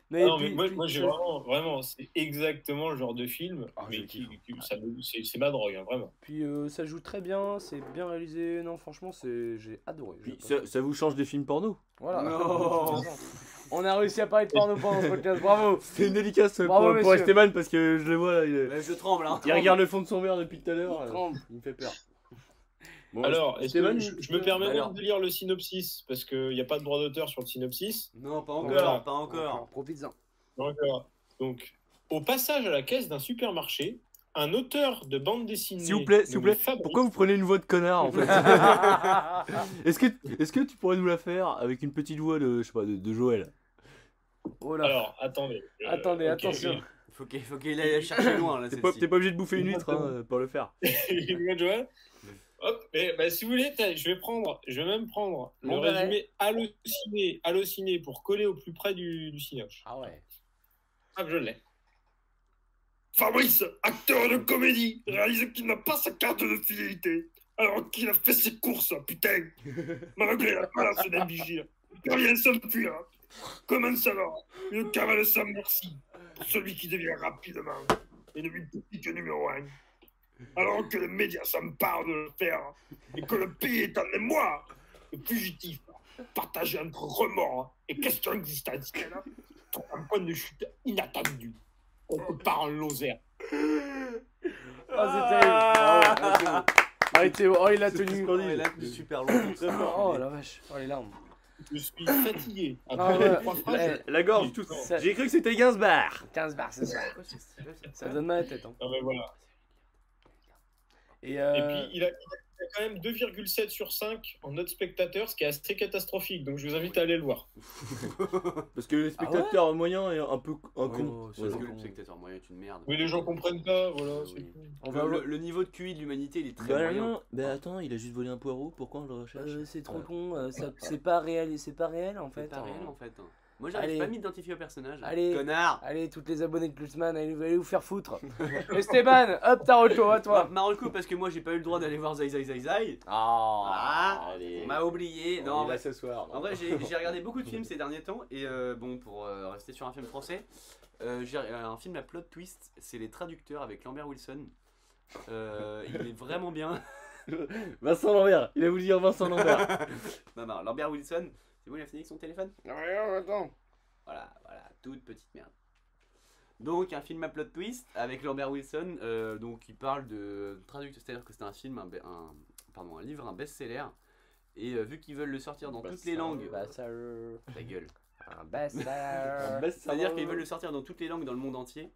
S2: mais
S3: Ah non, mais
S2: puis-
S3: moi,
S2: puis-
S3: moi, j'ai vraiment, vraiment, c'est exactement le genre de film,
S2: Ah, je
S3: mais
S2: le
S3: qui, qui- ça me- c'est c'est ma drogue, hein, vraiment.
S2: Puis euh, ça joue très bien, c'est bien réalisé. Non, franchement, c'est j'ai adoré. J'ai
S4: Puis
S2: pas-
S4: ça, ça vous change des films porno
S2: Voilà.
S1: Non.
S2: On a réussi à parler de porno pendant ce podcast, bravo.
S4: C'est une dédicace euh,
S2: Bravo,
S4: pour, pour
S2: messieurs.
S4: Esteban parce que je le vois là, il, est-
S1: je tremble, hein.
S4: il regarde le fond de son verre depuis tout à l'heure. euh,
S2: Tremble.
S4: Il me fait peur. Bon,
S3: Alors, est-ce que
S4: Esteban,
S3: je, je me permets
S4: alors.
S3: même de lire le synopsis, parce qu'il n'y a pas de droit d'auteur sur le synopsis.
S1: Non, pas encore,
S3: Voilà.
S1: pas encore.
S2: Profites-en.
S3: Donc, euh, donc, au passage à la caisse d'un supermarché, un auteur de bande dessinée.
S4: S'il vous plaît, s'il vous
S3: nommé
S4: plaît,
S3: Fabrice-
S4: pourquoi vous prenez une voix de connard en fait Est-ce que, est que tu pourrais nous la faire avec une petite voix de, je sais pas, de, de Joël
S2: oh là.
S3: Alors, attendez. euh,
S2: Attendez,
S3: ok,
S2: attention.
S1: Faut qu'il faut qu'il aille chercher loin, là,
S4: T'es pas, t'es
S1: celle-ci.
S4: pas obligé de bouffer une huître hein, pour le faire.
S3: Il me rejoint. Hop, mais, bah, si vous voulez, t'as- je vais prendre, je vais même prendre le
S4: bah,
S2: Mon verre.
S3: résumé halluciné, halluciné pour coller au plus près du, du synopsis.
S2: Ah ouais.
S3: Hop, je l'ai. Fabrice, acteur de comédie, réalise qu'il n'a pas sa carte de fidélité, alors qu'il a fait ses courses, putain. Malgré la balance d'un vigile, rien sans fuir. hein. Comment ça va Une cavale sans merci pour celui qui devient rapidement une boutique numéro un. Alors que les médias s'emparent de le faire et que le pays est en émoi, le fugitif, partagé entre remords et questions existentielles, trouve un point de chute inattendu. On part en Lozère.
S2: Ah, c'est terrible. Bravo. Ah, il était beau. Oh, il a tenu.
S1: Oh, il a tenu super longtemps.
S2: Oh la vache. Oh les larmes.
S3: Je suis fatigué.
S2: Ah
S3: Après les trois phrases,
S2: ouais.
S4: La gorge, tout.
S2: Eh, ça-
S4: J'ai cru que c'était Gainsbar
S2: 15 bars, c'est ça. Ça donne mal à la tête. Hein.
S3: Ah ben voilà.
S2: Et,
S3: Et
S2: euh,
S3: puis, il a, il y a quand même 2,7 sur 5 en note spectateur, ce qui est assez catastrophique. Donc je vous invite à aller le voir.
S4: Parce que le spectateur moyen est un peu oh, un
S2: Ouais,
S4: con.
S2: non, c'est
S1: Parce
S2: un
S1: que
S4: Voilà.
S1: le spectateur moyen est une merde.
S3: Oui, les gens comprennent pas, voilà. c'est
S1: Oui.
S3: tout.
S2: On va
S1: Le,
S2: le-
S1: le- le niveau de QI de l'humanité, il est très
S4: Bah
S1: moyen.
S4: non, bah attends, il a juste volé un poireau, pourquoi on le recherche
S2: Euh, c'est trop con, euh, ça- c'est pas réel et c'est pas réel en fait.
S1: C'est pas
S2: hein.
S1: réel en fait. hein. Moi j'arrive
S2: Allez.
S1: pas à m'identifier au personnage. hein.
S2: Allez.
S1: Connard
S2: Allez, toutes les abonnées de Klutzman, allez, allez vous faire foutre. Esteban, hop, ta retour à
S1: Ma-
S2: toi.
S1: Marocco parce que moi j'ai pas eu le droit d'aller voir Zai Zai Zai Zai. Ah, On m'a oublié. Non, en vrai,
S4: ce soir.
S1: en vrai, j'ai j'ai regardé beaucoup de films ces derniers temps et euh, bon pour euh, rester sur un film français, euh, j'ai- euh, un film à plot twist, c'est Les Traducteurs avec Lambert Wilson. Euh, il est vraiment bien.
S4: Vincent Lambert, il a voulu dire Vincent Lambert. Bah,
S1: Non, non, Lambert Wilson, c'est bon, il a fini avec son téléphone
S2: attends.
S1: Voilà, voilà, toute petite merde. Donc un film à plot twist avec Lambert Wilson, euh, donc il parle de traducteur, c'est-à-dire que c'est un film, un, be- un- pardon, un livre, un best-seller, et euh, vu qu'ils veulent le sortir dans toutes les langues, ta gueule.
S2: Un best-seller.
S1: C'est-à-dire qu'ils veulent le sortir dans toutes les langues dans le monde entier,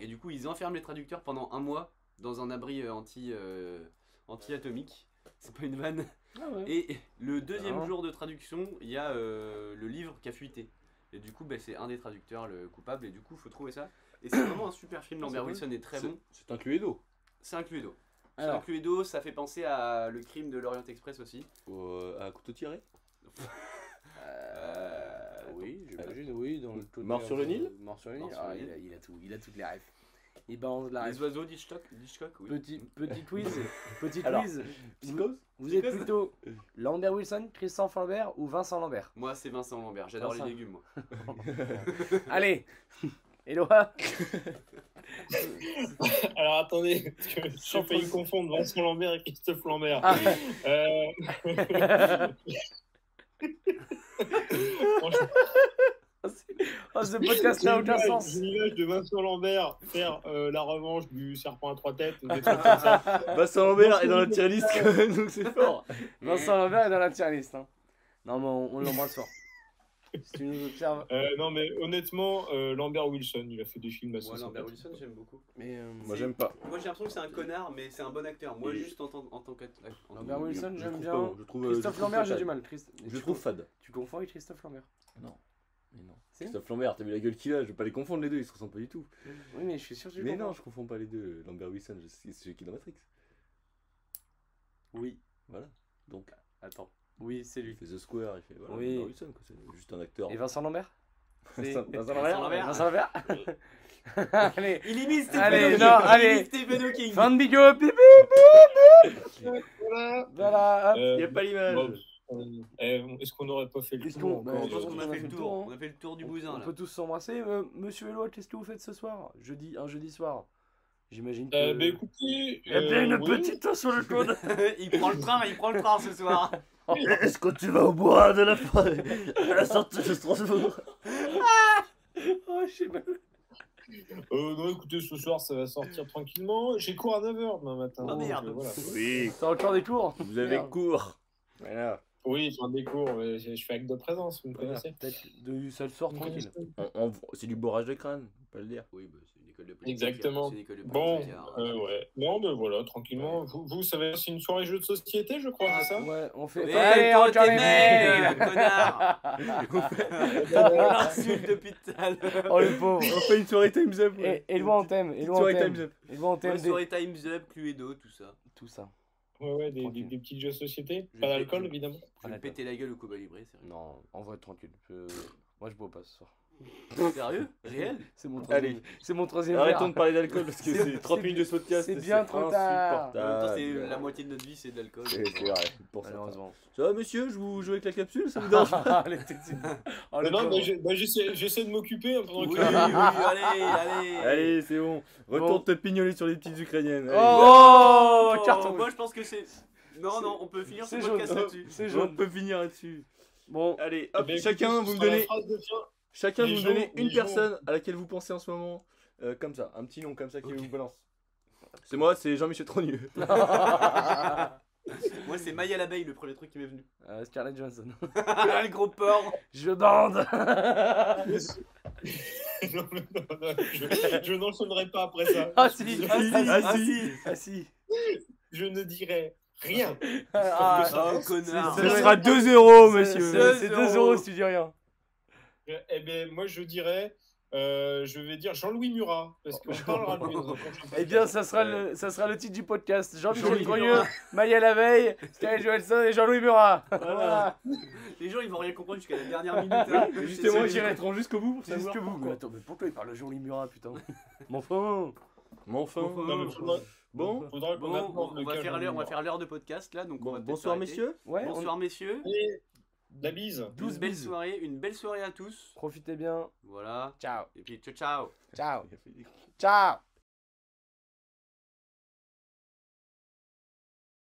S1: et du coup ils enferment les traducteurs pendant un mois dans un abri euh, anti, euh, anti-atomique. C'est pas une vanne. Et le deuxième
S2: Ah.
S1: jour de traduction, il y a euh, le livre qui a fuité. Et du coup, ben, c'est un des traducteurs le coupable. Et du coup, faut trouver ça. Et c'est vraiment un super film. Lambert
S4: C'est cool.
S1: Wilson est très bon.
S4: C'est un Cluedo.
S1: C'est un Cluedo. C'est un
S2: Alors,
S1: Cluedo, ça fait penser à le crime de l'Orient Express aussi.
S4: Euh, à couteau tiré
S1: Euh,
S2: oui, j'imagine, oui, dans le
S4: Mort sur le Nil
S2: Mort sur le
S1: Mort
S2: Nil.
S1: sur le
S2: Ah,
S1: Nil.
S2: il, a, il a tout, il a toutes les rêves. Il balance la
S1: Les
S2: rêve.
S1: oiseaux d'Hitchcock, d'Hitchcock, oui. Mm.
S2: Petit, petit quiz, petit
S4: Alors,
S2: quiz.
S4: Psychose
S2: Vous êtes
S1: Psychose.
S2: plutôt Lambert Wilson, Christophe Lambert ou Vincent Lambert
S1: Moi, c'est Vincent Lambert. J'adore les
S2: Vincent.
S1: légumes, moi.
S2: Allez, Eloi.
S3: Alors attendez, parce que j'ai failli confondre Vincent Lambert et Christophe Lambert.
S2: Ah.
S3: Euh, franchement,
S2: Oh, ce podcast n'a aucun
S3: l'image-
S2: sens.
S3: L'image de Vincent Lambert faire euh, la revanche du serpent à trois têtes, ou des trucs comme ça.
S4: Vincent Lambert est dans la tier list quand même, donc c'est fort.
S2: Vincent Lambert est dans la tier list. hein. Non, mais on, on l'embrasse fort. Si tu nous observes.
S3: Euh, non mais honnêtement, euh, Lambert Wilson, il a fait des films assez
S1: Moi, Lambert
S3: sympathiques.
S1: Wilson, j'aime beaucoup.
S2: Mais, euh,
S4: Moi j'aime pas.
S1: Moi, j'ai l'impression que c'est un connard, mais c'est un bon acteur. Moi,
S4: Et-
S1: juste en tant, en tant qu'acteur. en tant
S2: Lambert
S1: que-
S2: Wilson,
S4: Je
S2: j'aime
S4: trouve
S2: bien.
S4: pas bon, je trouve, euh, je
S2: Christophe
S4: trouve
S2: Lambert, j'ai
S4: fade.
S2: du mal. Christ-
S4: Je
S2: tu
S4: trouve
S2: con-
S4: fade.
S2: Tu confonds avec Christophe Lambert.
S4: Non. Mais non.
S2: Si.
S4: Christophe Lambert, t'as vu la gueule qu'il a, je vais pas les confondre les deux, ils se ressemblent pas du tout.
S2: Oui, mais je suis sûr que tu
S4: Mais
S2: confonds.
S4: non, je confonds pas les deux. Lambert Wilson, je- c'est celui qui est dans Matrix.
S2: Oui,
S4: Voilà. Donc,
S2: attends. Oui, c'est
S4: il
S2: lui.
S4: fait The Square, il fait voilà,
S2: Oui.
S4: Lambert Wilson, quoi. C'est juste un acteur.
S2: Et Vincent Lambert
S4: Vincent-
S2: C'est-
S4: Vincent
S1: Lambert
S2: Vincent Lambert Allez,
S1: Il imite Stephen
S2: Allez,
S1: Hawking.
S2: non,
S1: Il
S2: allez.
S1: imite Stephen Hawking.
S2: fin de big up bip, bip.
S3: Voilà.
S2: Voilà, hop.
S3: Euh,
S4: Il y a pas l'image.
S3: bon, euh, eh, Est-ce qu'on n'aurait pas fait le
S2: Qu'est-ce
S3: tour
S2: qu'on-
S3: encore
S2: bah,
S1: Je pense qu'on
S2: On
S1: a
S2: a
S1: fait
S2: fait
S1: le
S2: le
S1: tour.
S2: tour, hein.
S1: On a fait le tour du
S2: On-
S1: bousin,
S2: On
S1: là.
S2: peut tous s'embrasser. Euh, Monsieur Eloi, qu'est-ce que vous faites ce soir Jeudi, un jeudi soir. J'imagine que.
S3: Euh, bah, écoutez,
S2: Eh bien,
S3: euh,
S2: une
S3: oui.
S2: petite tasse sur le coude.
S1: il prend le train, il prend le train ce soir.
S4: Est-ce que tu vas au bois de la forêt à la sortie de Strasbourg
S2: oh, je sais pas.
S3: Euh, non, écoutez, ce soir, ça va sortir tranquillement. J'ai cours à 9h demain matin.
S1: Ah, merde.
S3: Euh, voilà.
S4: Oui,
S2: T'as encore des cours
S4: vous avez
S2: Merde.
S4: cours. Voilà.
S3: Oui, j'ai des cours, mais je je fais acte de présence, vous me
S2: Voilà,
S3: connaissez.
S2: Peut-être de ça le soir tranquille.
S4: On- on- c'est du bourrage de crâne, on peut le dire.
S1: Oui, bah, c'est une école de politique.
S3: Exactement.
S1: C'est une école de
S3: Bon,
S1: politique, alors.
S3: euh, ouais. Non, mais voilà, tranquillement. Vous, vous savez, c'est une soirée jeu de société, je crois, c'est ça
S2: Ouais, on fait.
S1: Eh,
S2: Allez,
S1: toi,
S2: encore
S1: t'es
S2: les mecs
S1: maigre, connard On l'insulte depuis tout à l'heure.
S2: Oh le pauvre
S4: On fait une soirée Time's Up.
S2: Et Eloi on t'aime,
S4: Une
S2: Eloi on
S4: soirée
S2: t'aime,
S4: Time's Up.
S2: Eloi on
S1: Ouais,
S2: t'aime, des-
S1: Soirée Time's Up, Cluedo, tout ça.
S2: tout ça.
S3: Ouais, ouais, des, des,
S2: Tranquille.
S3: des petits jeux de société.
S1: Je
S3: Pas
S1: vais-
S3: d'alcool,
S1: je-
S3: évidemment.
S1: Je vais
S2: Arrête.
S1: péter la gueule au Cuba Libre, sérieux.
S2: Non, en vrai tranquille. Je- Moi je bois pas ce soir.
S1: Sérieux Réel
S2: C'est mon
S4: Allez.
S2: troisième. C'est mon troisième.
S4: Arrêtons
S2: verre.
S4: de parler d'alcool parce que
S2: C'est-
S4: c'est 30
S2: c'est-
S4: minutes de ce podcast.
S2: c'est
S4: et
S2: bien trop tard.
S1: En même temps, c'est
S4: insupportable.
S1: la moitié de notre vie, c'est de l'alcool.
S4: C'est c'est vrai, pour ça.
S2: Malheureusement.
S4: Ça va, monsieur, je vous joue avec la capsule, ça vous dérange pas
S2: Allez, tout de suite. Oh, le
S3: Non,
S2: pauvre.
S3: mais j'ai- bah, j'essaie j'essaie de m'occuper hein, pendant
S1: Oui, Ah, oui,
S3: que.
S1: allez, allez
S4: Allez, c'est bon. Retourne
S2: Bon.
S4: te pignoler sur les petites ukrainiennes. allez.
S2: Oh,
S1: Oh,
S2: carton.
S1: Moi, je pense que c'est... Non, non, on peut finir ce
S2: C'est jaune.
S1: podcast là-dessus.
S2: C'est
S4: on
S2: jaune.
S4: peut finir là-dessus.
S2: Bon,
S4: Allez,
S3: Eh
S4: hop,
S3: ben, écoutez,
S4: ah, chacun,
S3: ce
S4: vous me
S3: sera la
S4: donnez,
S3: phrase de fin.
S4: chacun,
S3: Les
S4: vous me
S3: gens,
S4: donnez
S3: les
S4: une
S3: gens.
S4: personne à laquelle vous pensez en ce moment. Euh, comme ça, un petit nom comme ça qui
S1: Ok.
S4: vous balance. C'est moi, c'est Jean-Michel Trogneux.
S1: Moi, c'est Maya l'abeille, le premier truc qui m'est venu. Ah,
S2: euh, Scarlett Johansson.
S1: le gros porc
S2: Je bande.
S3: Non, mais non, non, je je n'enchaînerai pas après ça.
S2: Ah si, ah si,
S4: Ah,
S2: ah
S4: si.
S2: si, ah si.
S3: Je ne dirai Rien.
S2: Ah, oh,
S3: Sauf que ça
S1: oh,
S3: reste-
S1: connard.
S2: c'est-
S4: Ce sera 2-0,
S2: C'est-
S4: messieurs.
S2: C'est 2 euros si tu dis rien.
S3: Euh, Eh ben, moi, je dirais, euh, je vais dire Jean-Louis Murat, parce qu'on parlera de lui. dans le prochain
S2: Eh bien,
S3: podcast.
S2: ça sera, le, ça sera le titre du podcast. Jean-Michel
S1: Jean-Louis
S2: Grogneux,
S1: Murat.
S2: Maya Laveille, Sky Johansson et Jean-Louis Murat. Voilà.
S1: Les gens, ils vont rien comprendre jusqu'à la dernière minute. hein.
S4: Justement,
S2: C'est-
S4: ils arrêteront jusqu'au bout pour
S2: C'est ce
S4: savoir
S2: que vous.
S4: pourquoi.
S2: Mais attends, mais pourquoi il parle de Jean-Louis Murat, putain Mon enfin
S4: Mais enfin,
S3: Non, mais faudra,
S4: bon.
S3: faudra qu'on
S1: Bon,
S3: apprende
S1: on,
S3: le
S1: va
S3: cas
S1: faire
S3: Jean-Louis
S1: l'heure, on va
S3: Murat.
S1: faire l'heure de podcast là, donc on
S4: Bon,
S1: va peut-être
S4: bonsoir
S1: s'arrêter.
S4: messieurs.
S2: Ouais, on-
S1: Bonsoir messieurs.
S3: Et la bise.
S2: douze
S1: Une belle
S2: bises.
S1: soirée, une belle soirée à tous.
S2: Profitez bien.
S1: Voilà.
S2: Ciao.
S1: Et puis ciao ciao.
S2: Ciao. Ciao.